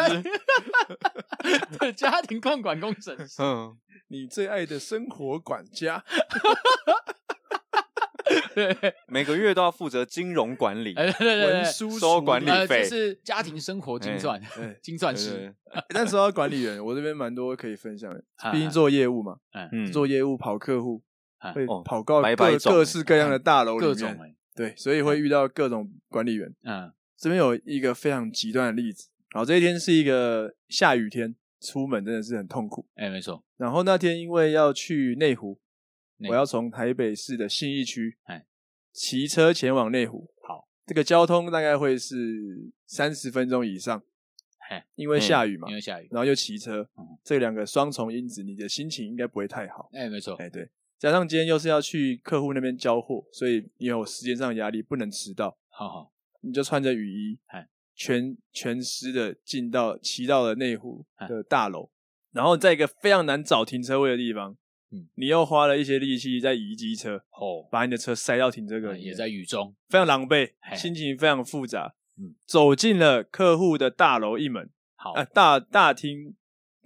A: 对，对家庭控管工程 师。
C: 嗯，
B: 你最爱的生活管家，
A: 对，
C: 每个月都要负责金融管理。
A: 哎对对对
B: 文
A: 对，
B: 书
C: 收
B: 署
C: 管理
A: 呃，就
C: 费
A: 是家庭生活精算
B: 哎，
A: 精算
C: 对
A: 师。
C: 对
B: 但说到管理员，我这边蛮多可以分享的
A: 啊，
B: 毕竟做业务嘛，
C: 嗯，
B: 做业务跑客户
A: 啊，
B: 会
C: 哦
B: 跑到
C: 百百
B: 各
C: 种
B: 各式各样的大楼里
A: 欸各种
B: 面，
A: 哎、
B: 对，所以会遇到各种管理员。
A: 嗯
B: 这边有一个非常极端的例子，然后这一天是一个下雨天，出门真的是很痛苦。
A: 哎、没错，
B: 然后那天因为要去内湖，
A: 内湖
B: 我要从台北市的信义区
A: 哎，
B: 骑车前往内湖。
A: 好，
B: 这个交通大概会是三十分钟以上
A: 嘿，嗯
B: 因为下雨嘛
A: 因，为下雨。
B: 然后又骑车
A: 嗯，
B: 这两个双重因子，你的心情应该不会太好。
A: 哎、没错，
B: 哎，对，加上今天又是要去客户那边交货，所以你有时间上的压力，不能迟到，
A: 好好，
B: 你就穿着雨衣
A: 哎，
B: 全全湿的进到骑到了内湖
A: 哎
B: 的大楼，然后在一个非常难找停车位的地方，
A: 嗯
B: 你又花了一些力气在移机车，
A: 哦，
B: 把你的车塞到停车格里面，
A: 哎也在雨中，
B: 非常狼狈
A: 哎，
B: 心情非常复杂。
A: 嗯
B: 走进了客户的大楼一门
A: 好，
B: 啊，大大厅，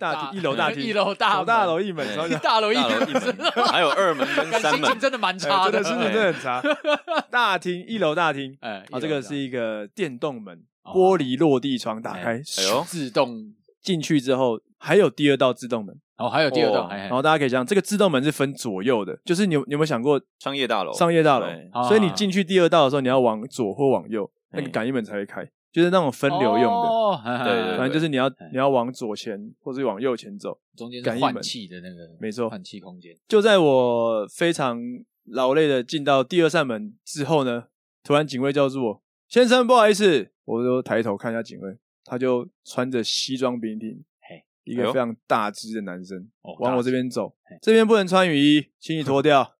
B: 大
A: 大
B: 厅 一楼大厅，
A: 一楼大
B: 走大
A: 门
B: 楼一门，
C: 哎
B: 然后就
A: 大楼一
C: 大楼一 门，还有二门跟
A: 感
C: 三
A: 心
C: 门
A: 情，真的蛮差
B: 哎
A: 的，
B: 真的是
A: 哎
B: 真的很差。 大厅一楼大 厅，
A: 哎、
B: 啊，
A: 一
B: 这
A: 楼
B: 个
A: 大
B: 是一个电动门，
A: 哦
B: 玻璃落地窗打开，
C: 哎呦
A: 自动，
B: 进去之后还有第二道自动门，
A: 哦，还有第二道，
C: 哦
A: 哎、
B: 然后大家可以想，这个自动门是分左右的，就是你有你有没有想过
C: 商业大楼，
B: 商业大楼
C: 对，
A: 啊
B: 所以你进去第二道的时候，你要往左或往右，那个
C: 哎
B: 感应门才会开，就是那种分流用的。
A: 哦、哎哎
C: 对
A: 哎
C: 对
B: 反正
C: 对
B: 就是你要
A: 哎
B: 你要往左前或者往右前走。
A: 中间
B: 感
A: 是
B: 应
A: 换
B: 门
A: 气的那个，
B: 没错
A: 换气空间，
B: 就在我非常劳累的进到第二扇门之后呢，突然警卫叫住我：“先生，不好意思。”我就抬头看一下警卫，他就穿着西装笔挺
A: 嘿，
B: 一
C: 哎
B: 个
C: 呦
B: 非常大只的男生
A: 哦
B: 往我这
A: 大
B: 边走
A: 嘿，
B: 这边不能穿雨衣，请你脱掉。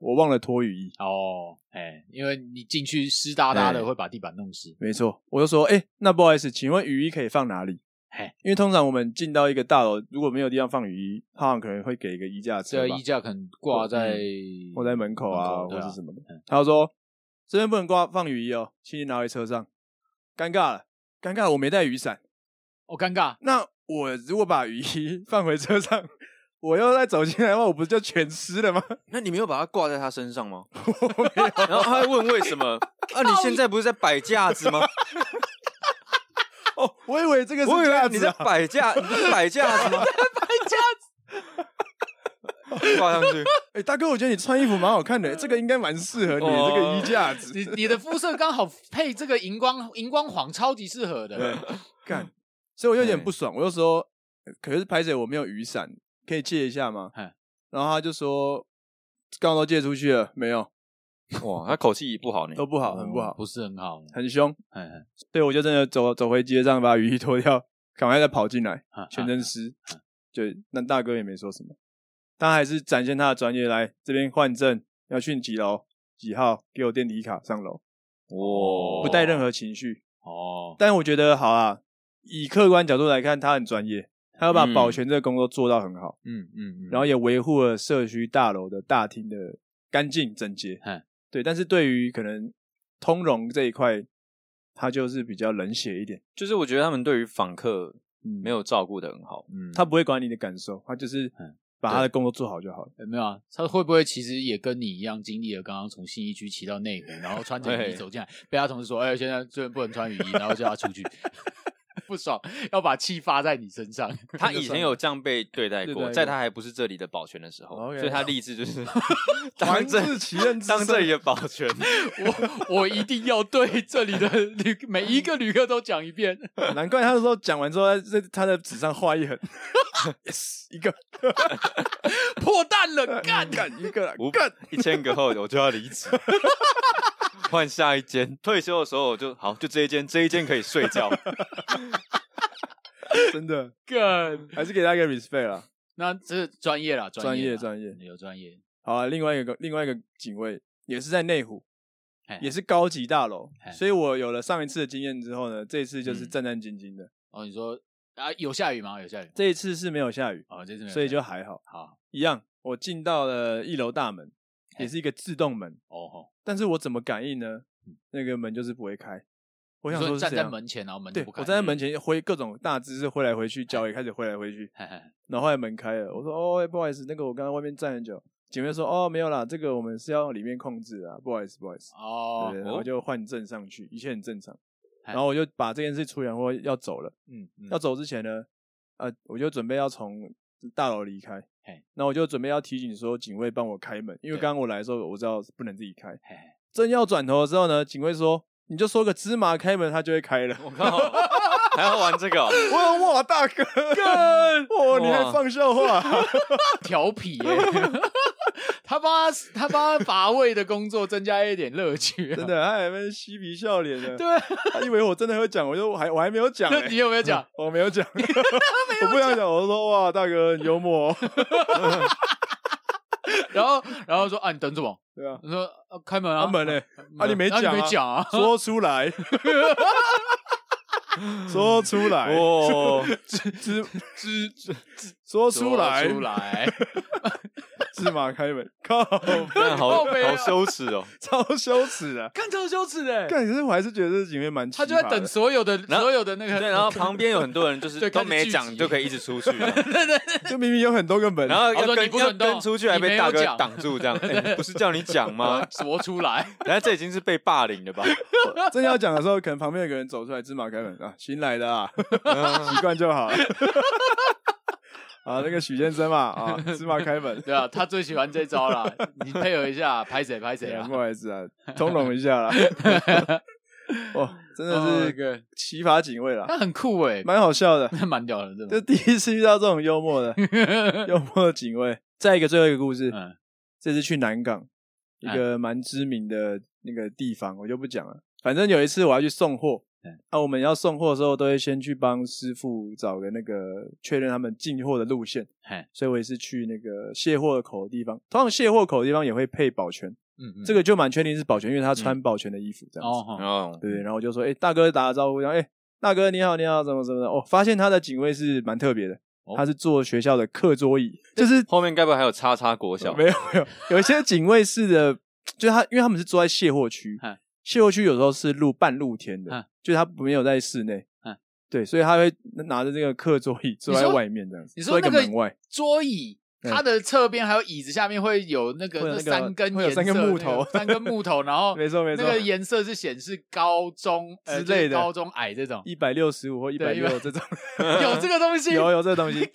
B: 我忘了脱雨衣。
A: 哦，哎，因为你进去湿哒哒的，
C: 哎
A: 会把地板弄湿。
B: 没错，我就说，哎、那不好意思，请问雨衣可以放哪里
A: 嘿？
B: 因为通常我们进到一个大楼，如果没有地方放雨衣，他好像可能会给一个衣架
A: 这
B: 车吧，
A: 衣架可能挂在
B: 或在门口
A: 门
B: 啊，
A: 口对
B: 或
A: 啊
B: 是什么的
A: 嗯。
B: 他就说这边不能挂放雨衣哦，请你拿回车上。尴尬了，尴尬了，我没带雨伞。
A: 哦，尴尬，
B: 那我如果把雨衣 放回车上，我要再走进来的话，我不是就全湿了吗？
C: 那你没有把它挂在他身上吗？ 然后他还问为 什么？啊，你现在不是在摆架子吗？
B: 哦，我以为这个是
C: 我以
B: 架
C: 为你
B: 子
C: 在
B: 啊，
C: 摆架，你在摆架 子吗？摆架子，挂上 去。
B: 哎、大哥，我觉得你穿衣服蛮好看的，这个应该蛮适合你的这个衣架子。
A: 你你的肤色刚好配这个荧光荧光黄，超级适合的。
B: 干，所以我有点
C: 哎
B: 不爽，我就说，呃可是拍谁我没有雨伞，可以借一下吗
A: 哎？
B: 然后他就说，刚刚都借出去了，没有，
C: 哇，他口气不好呢。
B: 都不好，很不
A: 哦
B: 好，
A: 不是很好。
B: 很凶。
A: 哎哎
B: 对，我就真的走走回街上，把雨衣脱掉，赶快再跑进来，
A: 啊
B: 全
A: 啊
B: 身湿。对，那大哥也没说什么，他还是展现他的专业，来这边换证，要去几楼几号，给我电梯卡上楼，
C: 哇
B: 不带任何情绪。
A: 哦，
B: 但我觉得好啊，以客观角度来看，他很专业，他要把
C: 嗯
B: 保全这个工作做到很好，
A: 嗯嗯嗯，
B: 然后也维护了社区大楼的大厅的干净整洁
A: 嗯。
B: 对，但是对于可能通融这一块，他就是比较冷血一点，
C: 就是我觉得他们对于访客没有照顾的很好。
A: 嗯
B: 他不会管你的感受，他就是
A: 嗯
B: 把他的工作做好就好了。
A: 有没有啊？他会不会其实也跟你一样经历了刚刚从信义区骑到内湖，然后穿着 雨衣
C: 对
A: 走进来，被他同事说：“哎、现在这边不能穿雨衣。”然后叫他出 去，不爽，要把气发在你身 上。
C: 他以前有这样被对待
B: 嗯对待
C: 过，
B: 过哦
C: 在他还不是这里的保全的时候，
B: OK
C: 所以他立志就是
B: 黄
C: 当这
B: 志奇任之
C: 当这
B: 圣
C: 里的保全。
A: 我我一定要对这里的旅每一个旅客都讲一 遍。
B: 难怪他说讲完之后，在他的纸上画 一横，yes 一个
A: 破蛋了，干！
B: 干一个啦
C: 五
B: 干，
C: 一千个后我就要离 职，换下一间。退休的时候我就好，就这一间，这一间可以 睡觉。
B: 真的
A: 干！
B: 还是给他一个 respect 啦。
A: 那这专业啦，
B: 专
A: 业
B: 业
A: 啦，
B: 专业
A: 有专业。
B: 好、啊，另外一个另外一个警卫也是在内湖
A: 嘿，
B: 也是高级大楼
A: 嘿，
B: 所以我有了上一次的经验之后呢，这一次就是
C: 嗯
B: 战战兢兢的。
A: 哦，你说啊，有下雨吗？有下雨。
B: 这一次是没有下雨，
A: 哦，这次没有
B: 所以
A: 下雨
B: 就还好。
A: 好
B: 一样，我进到了一楼大门，
A: 嘿
B: 也是一个自动门，
A: 哦吼。
B: 但是我怎么感应呢？那个门就是不会开。我
A: 我
B: 想说是
A: 站
B: 怎
A: 在
B: 样，
A: 门前，然后门就
B: 对
A: 不开。
B: 我站在门前挥各种大姿势挥来挥去，脚也开始挥来挥去，
A: 嘿嘿嘿
B: 然后后来门开了，我说哦、哎不好意思，那个我刚刚外面站很久。警卫说哦没有啦，这个我们是要里面控制啊，不好意思不好意思。
A: 哦哎
B: 对，然
C: 哦
B: 后就换证上去，一切很正常。
A: 嗨
B: 然后我就把这件事处理完后要走了，
A: 嗯，嗯
B: 要走之前呢，呃，我就准备要从大楼离开
A: 嘿。
B: 那我就准备要提醒说警卫帮我开门，因为
A: 对
B: 刚刚我来的时候我知道不能自己开。
A: 嘿嘿
B: 正要转头的时候呢，警卫说：“你就说个芝麻开门，他就会开了。
A: 哦
C: 我靠，还要玩这个哦、
B: 我说：“哇，大哥，哇，你还
C: 哇
B: 放 笑话？
A: 调皮耶、 他帮他他帮他乏味的工作增加一点乐趣、啊，
B: 真。的，他还在嬉皮笑脸的。
A: 对啊，
B: 他以为我真的会讲，我就我还我还没有讲
A: 那 你
B: 欸，
A: 有没有讲？
B: 我没 有讲，我不想讲。我就说哇，大哥很幽默哦，
A: 然后然后说啊，你等什么？
B: 对啊，
A: 我说、啊、开门啊，
B: 他门嘞，啊你没
A: 啊
B: 讲
A: 你
B: 啊
A: 没讲啊，
B: 说出来，说出来，
C: 哦，
B: 芝芝芝，说出来，
A: 说出来，
B: 芝麻开门，靠，
C: 那好
A: 靠北啊
C: 好羞耻哦。
B: 超羞耻的。
A: 看超羞耻的欸、
B: 但可是我还是觉得这警卫蛮奇
A: 他
B: 葩的，
A: 就在等所有的
C: 然后
A: 所有的那个，
C: 对，然后旁边有很多人就
A: 对
C: 是
A: 开
C: 都
A: 始
C: 没
A: 聚
C: 讲
A: 集
C: 就可以一直出去 这样，
B: 就明明有很多个门，
C: 然后
A: 他
C: 要
A: 说
C: 跟
A: 你不
C: 要
A: 准动
C: 跟出去还
A: 你没
C: 被
A: 有
C: 大哥
A: 讲
C: 挡 住这样，哎你不是叫你讲吗？
A: 呃说出来，
C: 然后这已经是被霸凌了吧？
B: 正要讲的时候，可能旁边有个人走出来，芝麻开门啊，新来的啊，习惯就好。啊，那个许先生嘛，啊，芝麻开门，
A: 对啊，他最喜欢这招啦，你配合一下，拍谁拍谁
B: 对啊
A: 啦
B: 不。好意思啊，通融一下啦。哇，真的
A: 哦
B: 是
A: ，OK
B: 奇葩警卫啦，
A: 他很酷哎、
B: 蛮好笑的。
A: 那蛮屌的，真的。
B: 就第一次遇到这种幽默的幽默的警卫。再一个，最后一个故事，
A: 嗯，
B: 这次去南港一
A: 哎
B: 个蛮知名的那个地方，我就不讲了。反正有一次我要去送货，
A: 嗯
B: 啊，我们要送货的时候，都会先去帮师傅找个那个确认他们进货的路线。
A: 嘿，
B: 所以我也是去那个卸货口的地方，通常卸货口的地方也会配保全，
A: 嗯嗯，
B: 这
A: 个
B: 个就蛮确定是保全，因为他穿保全的衣服这样子。
A: 哦吼
C: 哦，
B: 对，然后我就说，哎、大哥打个招呼，然后哎、大哥你好你好，怎么怎么的？哦，发现他的警卫是蛮特别的，
A: 哦
B: 他是坐学校的课桌椅，就是
C: 后面该不会还有叉叉国
A: 哦
C: 小？
B: 没有没有，有一些警卫室的，就是他，因为他们是坐在卸货区
A: 嗯，
B: 卸货区有时候是路半露天
A: 嗯
B: 的，就是他没有在室内
A: 嗯，
B: 对，所以他会拿着这个课桌椅坐在
A: 你说
B: 外面这样子，
A: 你
B: 坐
A: 说
B: 在
A: 那
B: 一
A: 个
B: 个门外，
A: 桌椅，
B: 对
A: 它的侧边还有椅子下面会有那个
B: 嗯会
A: 那
B: 有那个
A: 三根
B: 会有
A: 颜色
B: 三根木头
A: 那个三根木头，然 后
B: 没错没错
A: 哦那个颜色是显示高中呃
B: 之类的
A: 就是高中矮这 种，
B: 一百六十五或一百
A: 对
B: 六
A: 100
B: 这种，
A: 有 这个东西，
B: 有有这东西，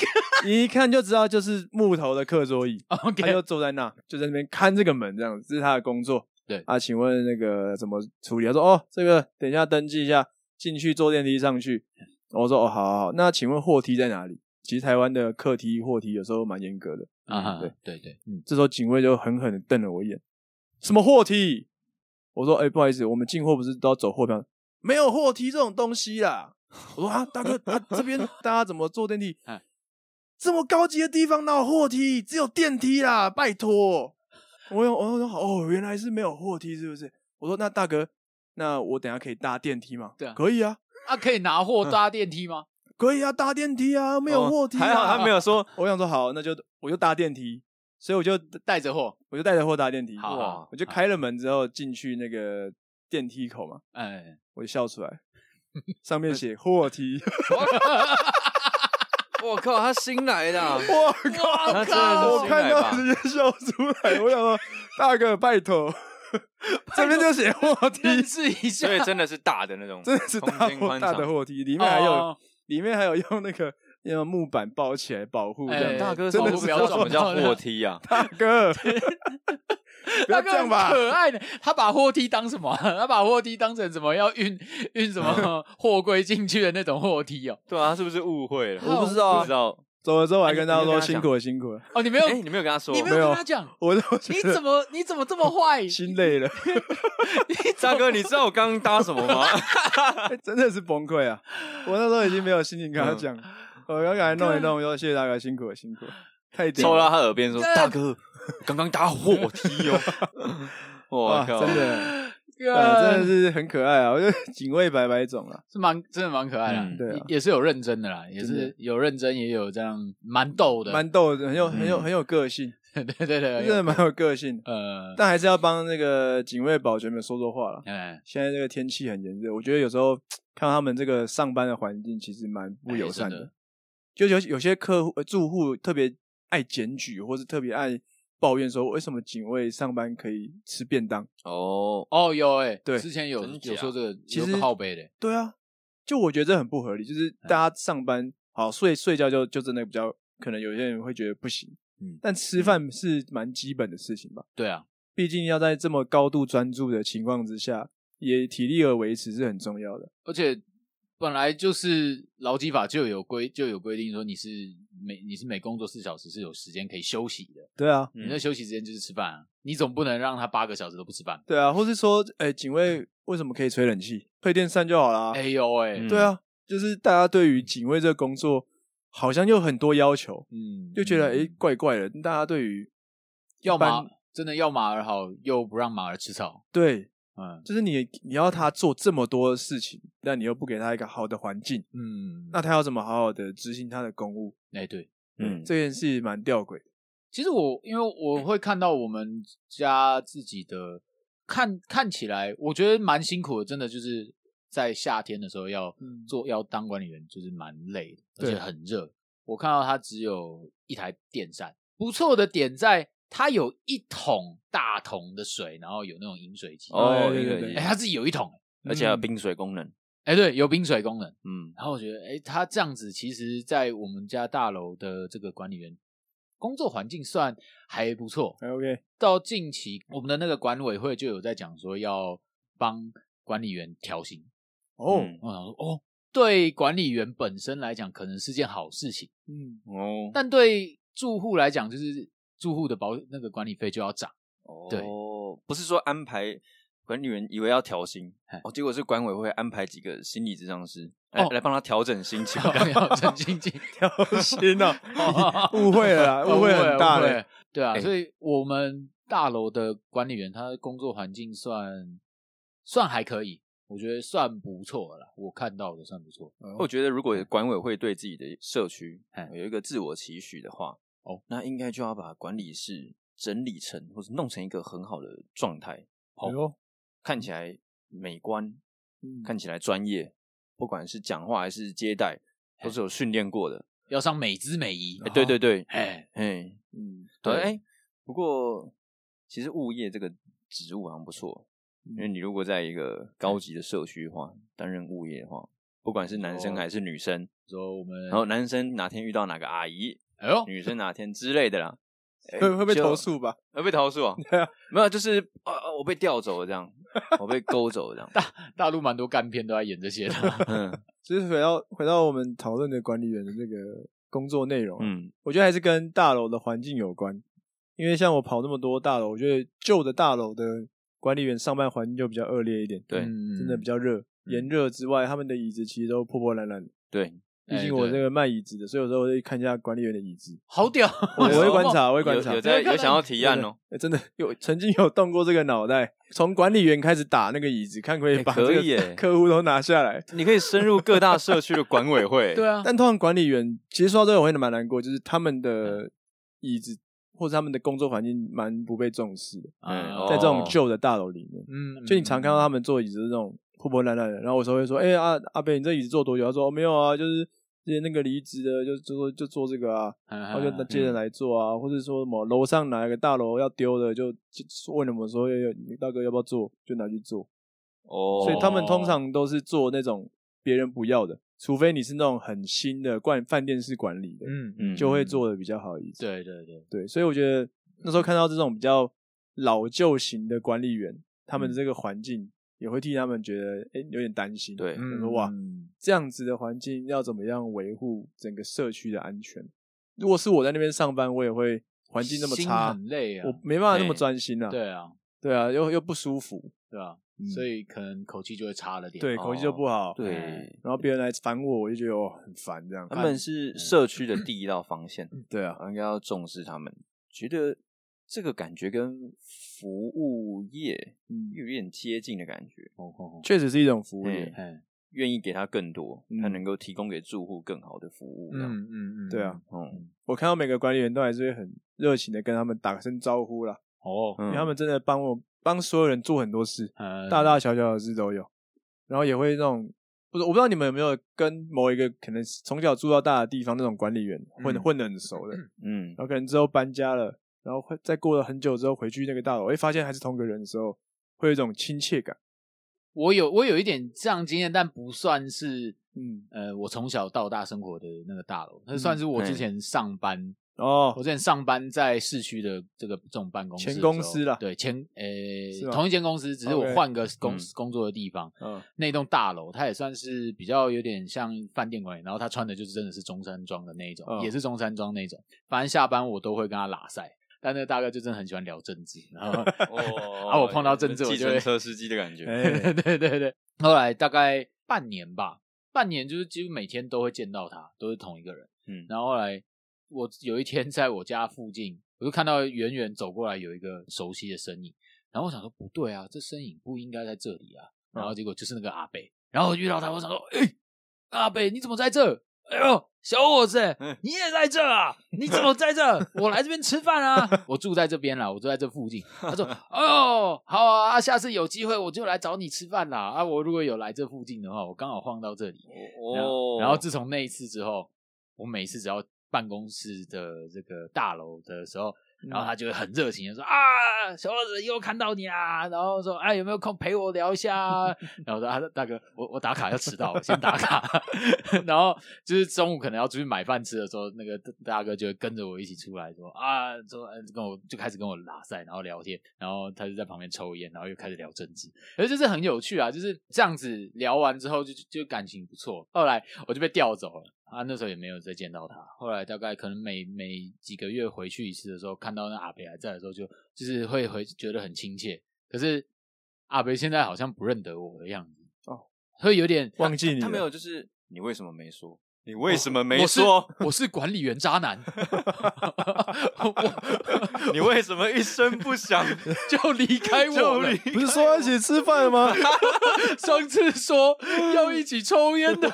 B: 你一看就知道就是木头的课桌椅，他
A: OK，
B: 就坐在那，就在那边看这个门这样子，这是他的工作。
A: 对
B: 啊，请问那个怎么处理？他说哦，这个等一下登记一下，进去坐电梯上去。我说哦，好好好，那请问货梯在哪里？其实台湾的客梯、货梯有时候蛮严格的。
A: 啊哈
B: 对
A: 对对，
B: 嗯，这时候警卫就狠狠的瞪了我一眼，什么货梯？我说哎、不好意思，我们进货不是都要走货票？没有货梯这种东西啦。我说啊，大哥，啊这边大家怎么坐电 梯
A: 哎？
B: 这么高级的地方哪有货梯？只有电梯啦，拜托。我有，我说哦，原来是没有货梯，是不是？我说那大哥，那我等一下可以搭电梯吗？
A: 对啊
B: 可以啊，
A: 啊，可以拿货搭电梯吗？
B: 可以啊，搭电梯啊，没有
C: 哦
B: 货梯、啊
C: 还好他没 有说，
B: 我想说好，那就我就搭电梯，所以我就
A: 带着货，
B: 我就带着货搭电梯。
A: 好
C: 哇
A: 好，
B: 我就开了门之后进去那个电梯口嘛，
A: 哎，
B: 我就笑出 来，上面写货梯，
C: 我靠，他新来的啊，
B: 我
A: 哇
B: 靠！
C: 他真的是
B: 我
C: 新
B: 看
C: 来
B: 到
C: 吧
B: 直接笑出来，我想 说，大哥拜托，这边就写货梯，
A: 认识一下
C: 所，以真的是大的那种，
B: 真的是大
C: 空间
B: 货
C: 宽
B: 大
C: 敞
B: 的货梯，里面还有
A: 哦
B: 里面还有用那个用木板包起来保护，这
A: 哎
B: 样
C: 大哥，
B: 真的
A: 保护
B: 是
C: 不
A: 标
C: 要
A: 准
C: 什么叫货梯啊？
B: 大 哥，不要
A: 他
B: 这样吧
A: 很，可爱的，他把货梯当什么 啊？他把货梯当成什么要运运什么
B: 嗯
A: 货柜进去的那种货梯哦。
C: 对啊，他是不是误会了？
A: 我不知道啊
C: 不知道。
B: 走了之后我还
C: 哎
B: 跟
C: 你
B: 大家
C: 你就
B: 说
C: 跟他
B: 辛
C: 讲
B: 苦了辛 苦了，
A: 哦，你没有，
C: 哎，你没有跟他说
A: 你没
B: 没
A: 有
B: 有
A: 跟他讲，
B: 我都觉
A: 你
B: 得
A: 怎么你怎么这么坏？
B: 心累了。
C: 大哥，你知道我刚刚搭什么吗？
B: 欸真的是崩溃啊！我那时候已经没有心情跟他讲，我刚才弄一弄，我说谢谢大哥，辛苦了，辛苦了，太屌
C: 凑
B: 了，
C: 到他耳边说：“
A: 对
C: 大哥，刚刚搭货梯哦。”我
B: 哇，
C: 靠，
B: 真的，呃真的
A: 呃，
B: 是很可爱啊！我觉得警卫白白种啊，
A: 是蛮真的蛮可爱的啊
C: 嗯，
B: 对啊
A: 也也是有认真的啦，也
B: 真
A: 是有认真，也有这样蛮逗的，
B: 蛮逗的，很有很有
C: 嗯
B: 很有个性，
A: 对对对，
B: 真的蛮有个性。
A: 呃，
B: 但还是要帮那个警卫保全们说说话了。
A: 哎，
B: 现在这个天气很炎热，我觉得有时候看他们这个上班的环境其实蛮不友善
A: 哎真
B: 的
A: 的，
B: 就有有些客户呃住户特别爱检举，或是特别爱抱怨说为什么警卫上班可以吃便当。
C: 哦，
A: 哦有哎，
B: 对
A: 之前有
C: 真假
A: 有说这个，
B: 其
A: 有
B: 实
A: 个号杯的，欸
B: 对啊，就我觉得这很不合理，就是
A: 哎
B: 大家上班好睡睡觉就就真的比较可能有些人会觉得不行，
A: 嗯
B: 但吃饭是蛮基本的事情吧，
A: 对啊，
B: 毕竟要在这么高度专注的情况之下，也体力而维持是很重要的。
A: 而且本来就是劳基法就有规就有规定说你是每你是每工作四小时是有时间可以休息的，
B: 对啊，
A: 你那休息时间就是吃饭啊，你总不能让他八个小时都不吃饭吧。
B: 对啊，或是说，哎、警卫为什么可以吹冷气？吹电扇就好啦。
A: 哎呦哎，
C: 嗯
B: 对啊，就是大家对于警卫这个工作，好像有很多要求，
A: 嗯，
B: 就觉得哎、
A: 嗯
B: 诶怪怪的。大家对于
A: 要
B: 般
A: 马真的要马儿好，又不让马儿吃草。
B: 对，
A: 嗯
B: 就是你你要他做这么多的事情，但你又不给他一个好的环境，
A: 嗯，
B: 那他要怎么好好的执行他的公务？
A: 哎、对，
C: 嗯，
B: 这件事蛮吊诡的。
A: 其实我因为我会看到我们家自己的看看起来，我觉得蛮辛苦的，真的就是在夏天的时候要
B: 嗯
A: 做、要当管理员，就是蛮累的，而
B: 对
A: 且很热。我看到他只有一台电扇，不错的点在它有一桶大桶的水，然后有那种饮水机。
C: 哦，
B: 对
C: 一
B: 对
C: 个
B: 对
A: 哎、他自己有一桶，
C: 而且还有冰水功能，
A: 哎、对，有冰水功能。
C: 嗯，
A: 然后我觉得，哎，他这样子，其实，在我们家大楼的这个管理员工作环境算还不错。
B: 哎 OK，
A: 到近期，我们的那个管委会就有在讲说要帮管理员调薪。
B: 哦，
C: 嗯
A: 我想说，哦，对管理员本身来讲，可能是件好事情，
B: 嗯，
C: 哦，
A: 但对住户来讲，就是住户的保那个管理费就要涨。对
C: 哦，不是说安排管理员以为要调薪
A: 哎，
C: 哦，结果是管委会安排几个心理咨商师
A: 哦
C: 来、来帮他调整心 情。
A: 要真心 情，
B: 天哪，哦 误会了啦，误会很大
A: 哦了，误
B: 嘞。
A: 会对啊，
C: 哎
A: 所以我们大楼的管理员，他的工作环境算算还可以，我觉得算不错了啦，我看到的算不错。
B: 哦
C: 我觉得如果管委会对自己的社区
A: 哎
C: 有一个自我期许的话，
A: 哦，
C: 那应该就要把管理室整理成或者弄成一个很好的状态，
B: 哎呦，
C: 看起来美观，
B: 嗯
C: 看起来专业，不管是讲话还是接待，都是有训练过的。
A: 要上美姿美仪，
C: 哎，对对对，
A: 哎，
C: 哎，
B: 嗯，
C: 对，
A: 对
C: 哎、不过其实物业这个职务好像不错，因为你如果在一个高级的社区的话，担任物业的话，不管是男生
A: 哦
C: 还是女生，
A: 说我们，
C: 然后男生哪天遇到哪个阿姨，
A: 哎呦，
C: 女生哪天之类的啦，哎
B: 会会被
C: 就
B: 投诉吧？
C: 会被投诉啊？没有，就是呃，呃我被调走了这样，我被勾走了这样。
A: 大陆蛮多干片都在演这 些的，
C: 嗯
B: 就是回到回到我们讨论的管理员的这个工作内容啊，
C: 嗯，
B: 我觉得还是跟大楼的环境有关，因为像我跑那么多大楼，我觉得旧的大楼的管理员上班环境就比较恶劣一点，
C: 对嗯
A: 嗯
B: 真的比较热，炎热之外，他们的椅子其实都破破烂烂的。
C: 对，
B: 毕
A: 哎
B: 竟我
A: 对
B: 这个卖椅子的，所以有时候我会看一下管理员的椅子，
A: 好屌，
B: 我我会
C: 有
B: 观察，我会观
C: 有
B: 察
C: 有。在
A: 没有看到
C: 有想要提案哦，
B: 哎真的有曾经有动过这个脑袋，从管理员开始打那个椅子，看可不可以
C: 哎
B: 把
C: 可
B: 这
C: 以
B: 个
C: 耶
B: 客户都拿下来。
C: 你可以深入各大社区的管委会。
A: 对啊，
B: 但通常管理员其实说到这个，我会蛮难过，就是他们的椅子或者他们的工作环境蛮不被重视的，
C: 嗯
A: 啊
B: 在这种
C: 哦
B: 旧的大楼里面，
A: 嗯，
B: 就你常看到他们坐椅子是那种破破烂烂的，然后我有时候会说，哎、阿阿北，你这椅子坐多久？他说哦没有啊，就是。之前那个离职的就就说就坐这个啊，
A: 嗯，
B: 然
A: 然
B: 后就接着来做啊，或者说什么楼上哪个大楼要丢的，就就问我们说，哎、你大哥要不要做，就拿去做。
C: 哦，
B: 所以他们通常都是做那种别人不要的，除非你是那种很新的管饭店式管理的，
A: 嗯，
C: 嗯
B: 就会做的比较好一点。
A: 对对对，
B: 对，所以我觉得那时候看到这种比较老旧型的管理员，他们这个环境也会替他们觉得哎、诶有点担心。
C: 对
B: 想说哇，
A: 嗯
B: 这样子的环境要怎么样维护整个社区的安全？如果是我在那边上班，我也会环境那么
A: 心
B: 差，
A: 很累啊
B: 我，没办法那么
C: 对
B: 专心啊。
A: 对啊，
B: 对啊，又又不舒服，
A: 对啊，
B: 嗯
A: 所以可能口气就会差了点，
B: 对，口气就不好。
C: 对
A: 哎。
B: 然后别人来烦我，我就觉得哦很烦这样。
C: 他们
A: 嗯
C: 是社区的第一道防线，
B: 对啊，
C: 应该要重视他们。觉得这个感觉跟服务业
B: 嗯
C: 有点接近的感觉，
A: 哦，哦哦
B: 确实是一种服务业
C: 嗯。
A: 哎，
C: 愿意给他更多，
B: 嗯
C: 他能够提供给住户更好的服务。这样，
A: 嗯嗯嗯，
B: 对啊，
C: 嗯，
B: 我看到每个管理员都还是会很热情的跟他们打声招呼啦，
A: 哦，
B: 因
C: 嗯
B: 为他们真的帮我帮所有人做很多事，
A: 呃
B: 大大小小的事都有，然后也会那种。不是，我不知道你们有没有跟某一个可能从小住到大的地方那种管理员混、
A: 嗯
B: 混得很熟的，然
C: 嗯，
B: 后可能之后搬家了，然后会再过了很久之后回去那个大楼，哎，发现还是同个人的时候，会有一种亲切感。
A: 我有我有一点这样经验，但不算是
B: 嗯，
A: 呃我从小到大生活的那个大楼，那算是我
C: 嗯
A: 之前上班，我
B: 哦，
A: 之前上班在市区的这个这种办公室的时
B: 前
A: 候，
B: 公司啦
A: 对前
B: 是
A: 呃
B: 吗
A: 同一间公司，只是我
B: OK
A: 换个公
C: 嗯
A: 工作的地方，
C: 哦
B: 嗯，
A: 那栋大楼，它也算是比较有点像饭店管理，然后他穿的就是真的是中山装的那一种，
B: 嗯
A: 也是中山装那一种。反正下班我都会跟他拉塞，但那个大哥就真的很喜欢聊政治，然后
C: 哦
A: 啊我碰到政治我
C: 计
A: 就会
C: 程车司机 的 感觉，
B: 哎，
A: 对对对对。后来大概半年吧，半年就是几乎每天都会见到他，都是同一个人。
C: 嗯，
A: 然后后来我有一天在我家附近，我就看到远远走过来有一个熟悉的身影，然后我想说不对啊，这身影不应该在这里啊。然
C: 嗯
A: 后结果就是那个阿北，然后我遇到他，我想说，哎、阿北你怎么在这？哎呦，小伙子
C: 嗯，
A: 你也在这啊？你怎么在这？我来这边吃饭 啊，我住在这边啦，我住在这附近。他说，哦，好啊，下次有机会我就来找你吃饭啦。啊，我如果有来这附近的话，我刚好晃到这里，然后
C: 哦，
A: 然后自从那一次之后，我每次只要办公室的这个大楼的时候，
B: 嗯
A: 然
C: 哦
A: 后他就会很热情的说、啊，小伙子又看到你啦，然后说哎有没有空陪我聊一下啊？ 然后我说啊大哥，我我打卡要迟到，我先打卡。然后就是中午可能要出去买饭吃的时候，那个大哥就会跟着我一起出来说啊，说哎跟我就开始跟我拉塞，然后聊天，然后他就在旁边抽烟，然后又开始聊政治。可是就是很有趣啊，就是这样子聊完之后就就就感情不错。后来我就被调走了啊，那时候也没有再见到他。后来大概可能每每几个月回去一次的时候，看到那阿北还在的时候就，就是会回觉得很亲切。可是。阿北现在好像不认得我的样子，
B: 哦，
A: 会有点
B: 忘记你
C: 他没
B: 了。
C: 有，就是你为什么没说？你为什么没
A: 哦我是
C: 说？
A: 我是管理员渣 男，我
C: 你为什么一声不响
A: 就离开哎我
C: 就
A: 了
C: 离？
B: 哎不是说要一起吃饭吗？
A: 上次说要一起抽烟 的，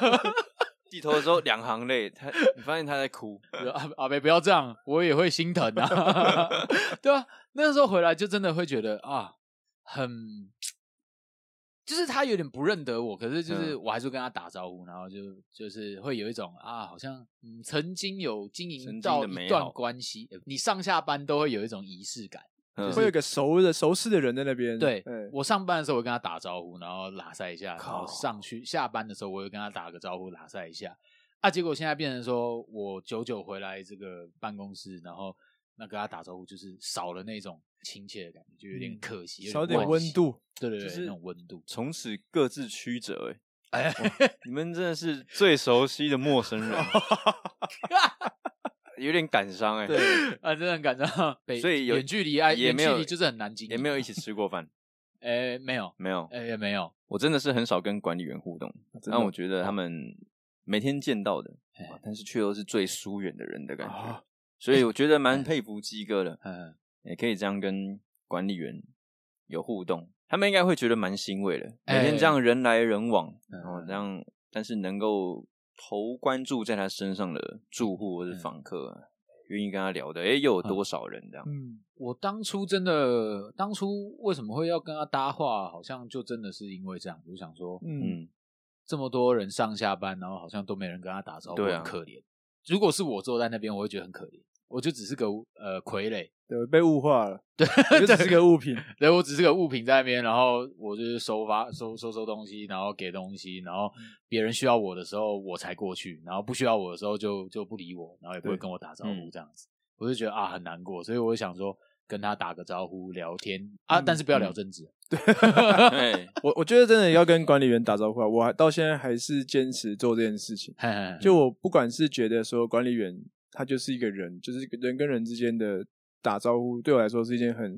C: 低头的时候两行泪？他你发现他在哭，
A: 阿啊阿北不要这样，我也会心疼啊， 对啊，那时候回来就真的会觉得啊，很，就是他有点不认得我，可是就是
C: 嗯
A: 我还是会跟他打招呼，然后就就是会有一种啊，好像嗯曾经有经
C: 曾
A: 营
C: 经
A: 到
C: 的
A: 一
C: 美
A: 段
C: 好
A: 关系，呃你上下班都会有一种仪式感。
C: 嗯
B: 会有个熟的熟识的人在那边。
A: 对
B: 哎，
A: 我上班的时候我会跟他打招呼，然后拉塞一下，然后
C: 靠
A: 上去下班的时候我会跟他打个招呼，拉塞一下。啊，结果现在变成说我久久回来这个办公室，然后那跟他打招呼就是少了那种亲切的感觉，就有点
B: 嗯
A: 可惜，有
B: 少点
A: 惋
B: 温
A: 惜。
B: 度。
A: 对对对，
C: 就是
A: 那种温度。
C: 从此各自曲折、
A: 哎，
C: 哎，你们真的是最熟悉的陌 生人，有点感伤、哎，
B: 对，
A: 啊，真的很感 伤。北
C: 所以有
A: 远距离啊，
C: 也
A: 远
C: 没
A: 距
C: 有
A: 离就是很难经营，
C: 也没有一起吃过饭，
A: 哎，没有，
C: 没有，
A: 哎，也哦没有。
C: 我真的是很少跟管理员互动，
B: 真的
C: 但我觉得他们每天见到的
A: 哎，哦
C: 哇但是却又是最疏远的人的感觉
B: 啊，
C: 所以我觉得蛮佩服鸡 哥的，
A: 嗯，
C: 也可以这样跟管理员有互动，他们应该会觉得蛮欣慰的，每天这
A: 哎
C: 样人来人往，然
A: 嗯
C: 后这样，但是能够投关注在他身上的住
A: 嗯
C: 户或是访客，啊愿意跟他聊的，诶，又有多少人这样？
B: 嗯，
A: 我当初真的，当初为什么会要跟他搭话，好像就真的是因为这样，我就想说，
B: 嗯，
C: 嗯，
A: 这么多人上下班，然后好像都没人跟他打招呼，
C: 对啊
A: 很可怜。如果是我坐在那边，我会觉得很可怜，我就只是个呃傀儡，
B: 对，被物化了，对，就只是个物品。
A: 对我只是个物品在那边，然后我就是收发收收收东西，然后给东西，然后别人需要我的时候我才过去，然后不需要我的时候就就不理我，然后也不会
B: 对
A: 跟我打招
C: 嗯
A: 呼这样子，我就觉得啊很难过，所以我就想说跟他打个招呼聊天啊，
B: 嗯
A: 但是不要聊政治，
C: 对，
B: 我我觉得真的要跟管理员打招呼啊！我还到现在还是坚持做这件事情。
A: 嘿嘿嘿
B: 就我不管是觉得说管理员他就是一个人，就是人跟人之间的打招呼，对我来说是一件很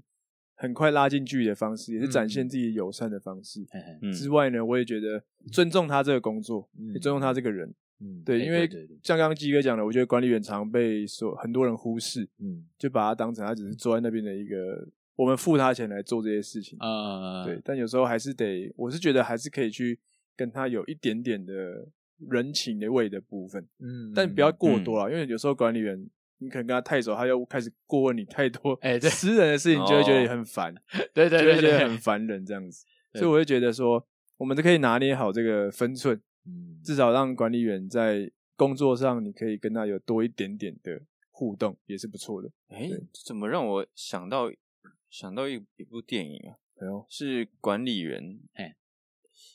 B: 很快拉近距离的方式，也是展现自己友善的方式。
A: 嘿嘿
C: 嗯，
B: 之外呢，我也觉得尊重他这个工作，
A: 嗯
B: 也尊重他这个人。
A: 嗯
B: 对，
A: 哎
B: 因为
A: 对对
B: 像刚刚鸡哥讲的，我觉得管理员常被说很多人忽视，
A: 嗯
B: 就把他当成他只是坐在那边的一个，我们付他钱来做这些事情。
A: 呃
B: 对，但有时候还是得，我是觉得还是可以去跟他有一点点的人情的味的部分，
A: 嗯
B: 但不要过多了，因为有时候管理员你可能跟他太熟，他又开始过问你太多
A: 哎对
B: 私人的事情，就会觉得很烦，
A: 嗯对对
B: 就会
A: 对
B: 觉
A: 对
B: 得很烦人这样子。
A: 对
B: 所以我会觉得说，我们都可以拿捏好这个分寸，
A: 嗯
B: 至少让管理员在工作上你可以跟他有多一点点的互动，也是不错的。
C: 哎
B: 对，
C: 怎么让我想到想到一一部电影啊？
B: 哎呦，
C: 是管理员，
A: 哎，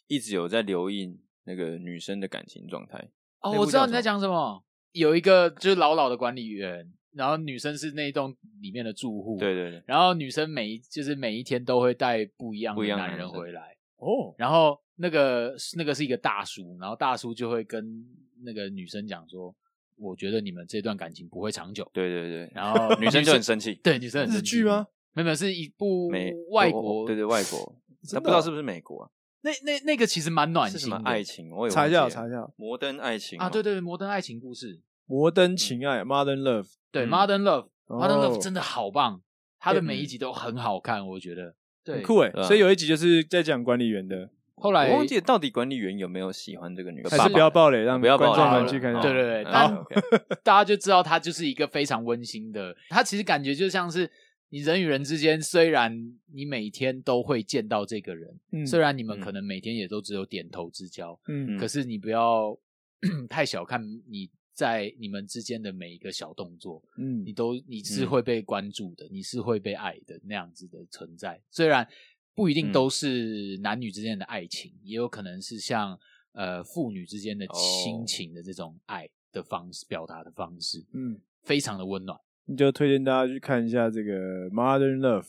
C: 一直有在留意那个女生的感情状态。
A: 哦，
C: 那部
A: 我知道
C: 叫
A: 你
C: 什
A: 在
C: 么
A: 讲什么。有一个就是老老的管理员，然后女生是那一栋里面的住户，
C: 对。对对，
A: 然后女生每一就是每一天都会带不一样
C: 不
A: 的
C: 一样的
A: 男人
C: 男生
A: 回来，
B: 哦，
A: 然后那个那个是一个大叔，然后大叔就会跟那个女生讲说：“我觉得你们这段感情不会长久。
C: 对对对”，
A: 然后
C: 女生就很生气。
A: 对女生很
B: 日
A: 生
B: 剧
A: 气
B: 吗？？
A: 没有没有，是一部
C: 美
A: 外
C: 我我
A: 国
C: 对对外国，
B: 真
C: 他
B: 的
C: 不知道
B: 哦
C: 是不是美国啊？
A: 那那那个其实蛮暖
C: 是
A: 心的，
C: 什么爱情？我也
B: 查一下，
C: 忘记了
B: 查一下，《
C: 摩登爱情哦
A: 啊？
C: 吗
A: 对对，对摩登爱情故事，
B: 摩登情爱》（Modern Love）。
A: 对
C: 嗯
A: Modern Love，Modern Love
B: 哦
A: 真的好棒，它的
B: 嗯
A: 每一集都很好看，我觉得。对
B: 很，酷哎、
C: 对啊
B: 所以有一集就是在讲管理员的，
A: 后来
C: 我忘记到底管理员有没有喜欢这个女生，
B: 还
A: 爸
B: 是
A: 爸
B: 不要暴雷，让
C: 不要
B: 观
C: 暴
B: 众
C: 雷
A: 好
B: 们
A: 了
B: 去看
A: 对
B: 看。
A: 哦对对，
C: 嗯
A: 但
C: 好 OK
A: 大家就知道它就是一个非常温馨的，它其实感觉就像是你人与人之间，虽然你每天都会见到这个人，
B: 嗯
A: 虽然你们
C: 嗯
A: 可能每天也都只有点头之交，
B: 嗯
A: 可是你不要 太小看你在你们之间的每一个小动作，
B: 嗯
A: 你，都你是
C: 嗯
A: 会被关注的，你是会被爱的那样子的存在。虽然不一定
C: 嗯
A: 都是男女之间的爱情，也有可能是像呃父女之间的亲
C: 哦
A: 情的这种爱的方式、表达的方式，
B: 嗯，
A: 非常的温暖。
B: 你就推荐大家去看一下这个《Modern Love》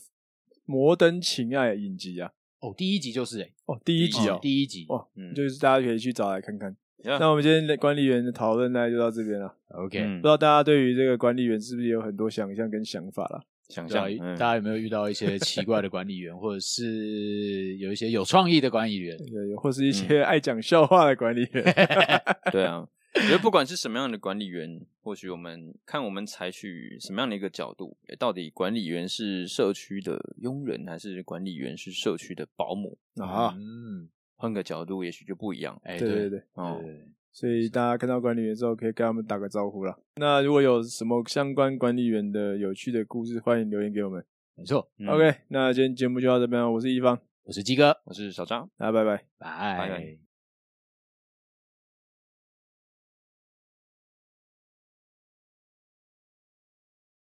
B: 摩登情爱影集啊，
A: 哦，第一集就是哎、欸，
B: 哦，第一集哦，
A: 第一集
B: 哇，
C: 嗯
B: 就是大家可以去找来看看。
C: Yeah
B: 那我们今天的管理员的讨论呢，就到这边了。
A: ，OK，
B: 不
C: 嗯
B: 知道大家对于这个管理员是不是有很多想象跟想法啦？
C: 想
A: 对啊
C: 象，嗯
A: 大家有没有遇到一些奇怪的管理员，或者是有一些有创意的管理员？
B: 对，或是一些爱讲笑话的管理员，
C: 对啊，我觉得不管是什么样的管理员，或许我们看我们采取什么样的一个角度，诶到底管理员是社区的佣人，还是管理员是社区的保姆？
B: 啊，
A: 嗯，
C: 换个角度，也许就不一样
A: 哎，
B: 对嗯对
A: 对
B: 对，
C: 哦。
B: 所以大家看到管理员之后，可以跟他们打个招呼啦。那如果有什么相关管理员的有趣的故事，欢迎留言给我们。
A: 没错，
C: 嗯
B: OK，那今天节目就到这边了，我是一方，
A: 我是鸡哥，
C: 我是小张。
B: 大家拜拜。
A: 拜
C: 拜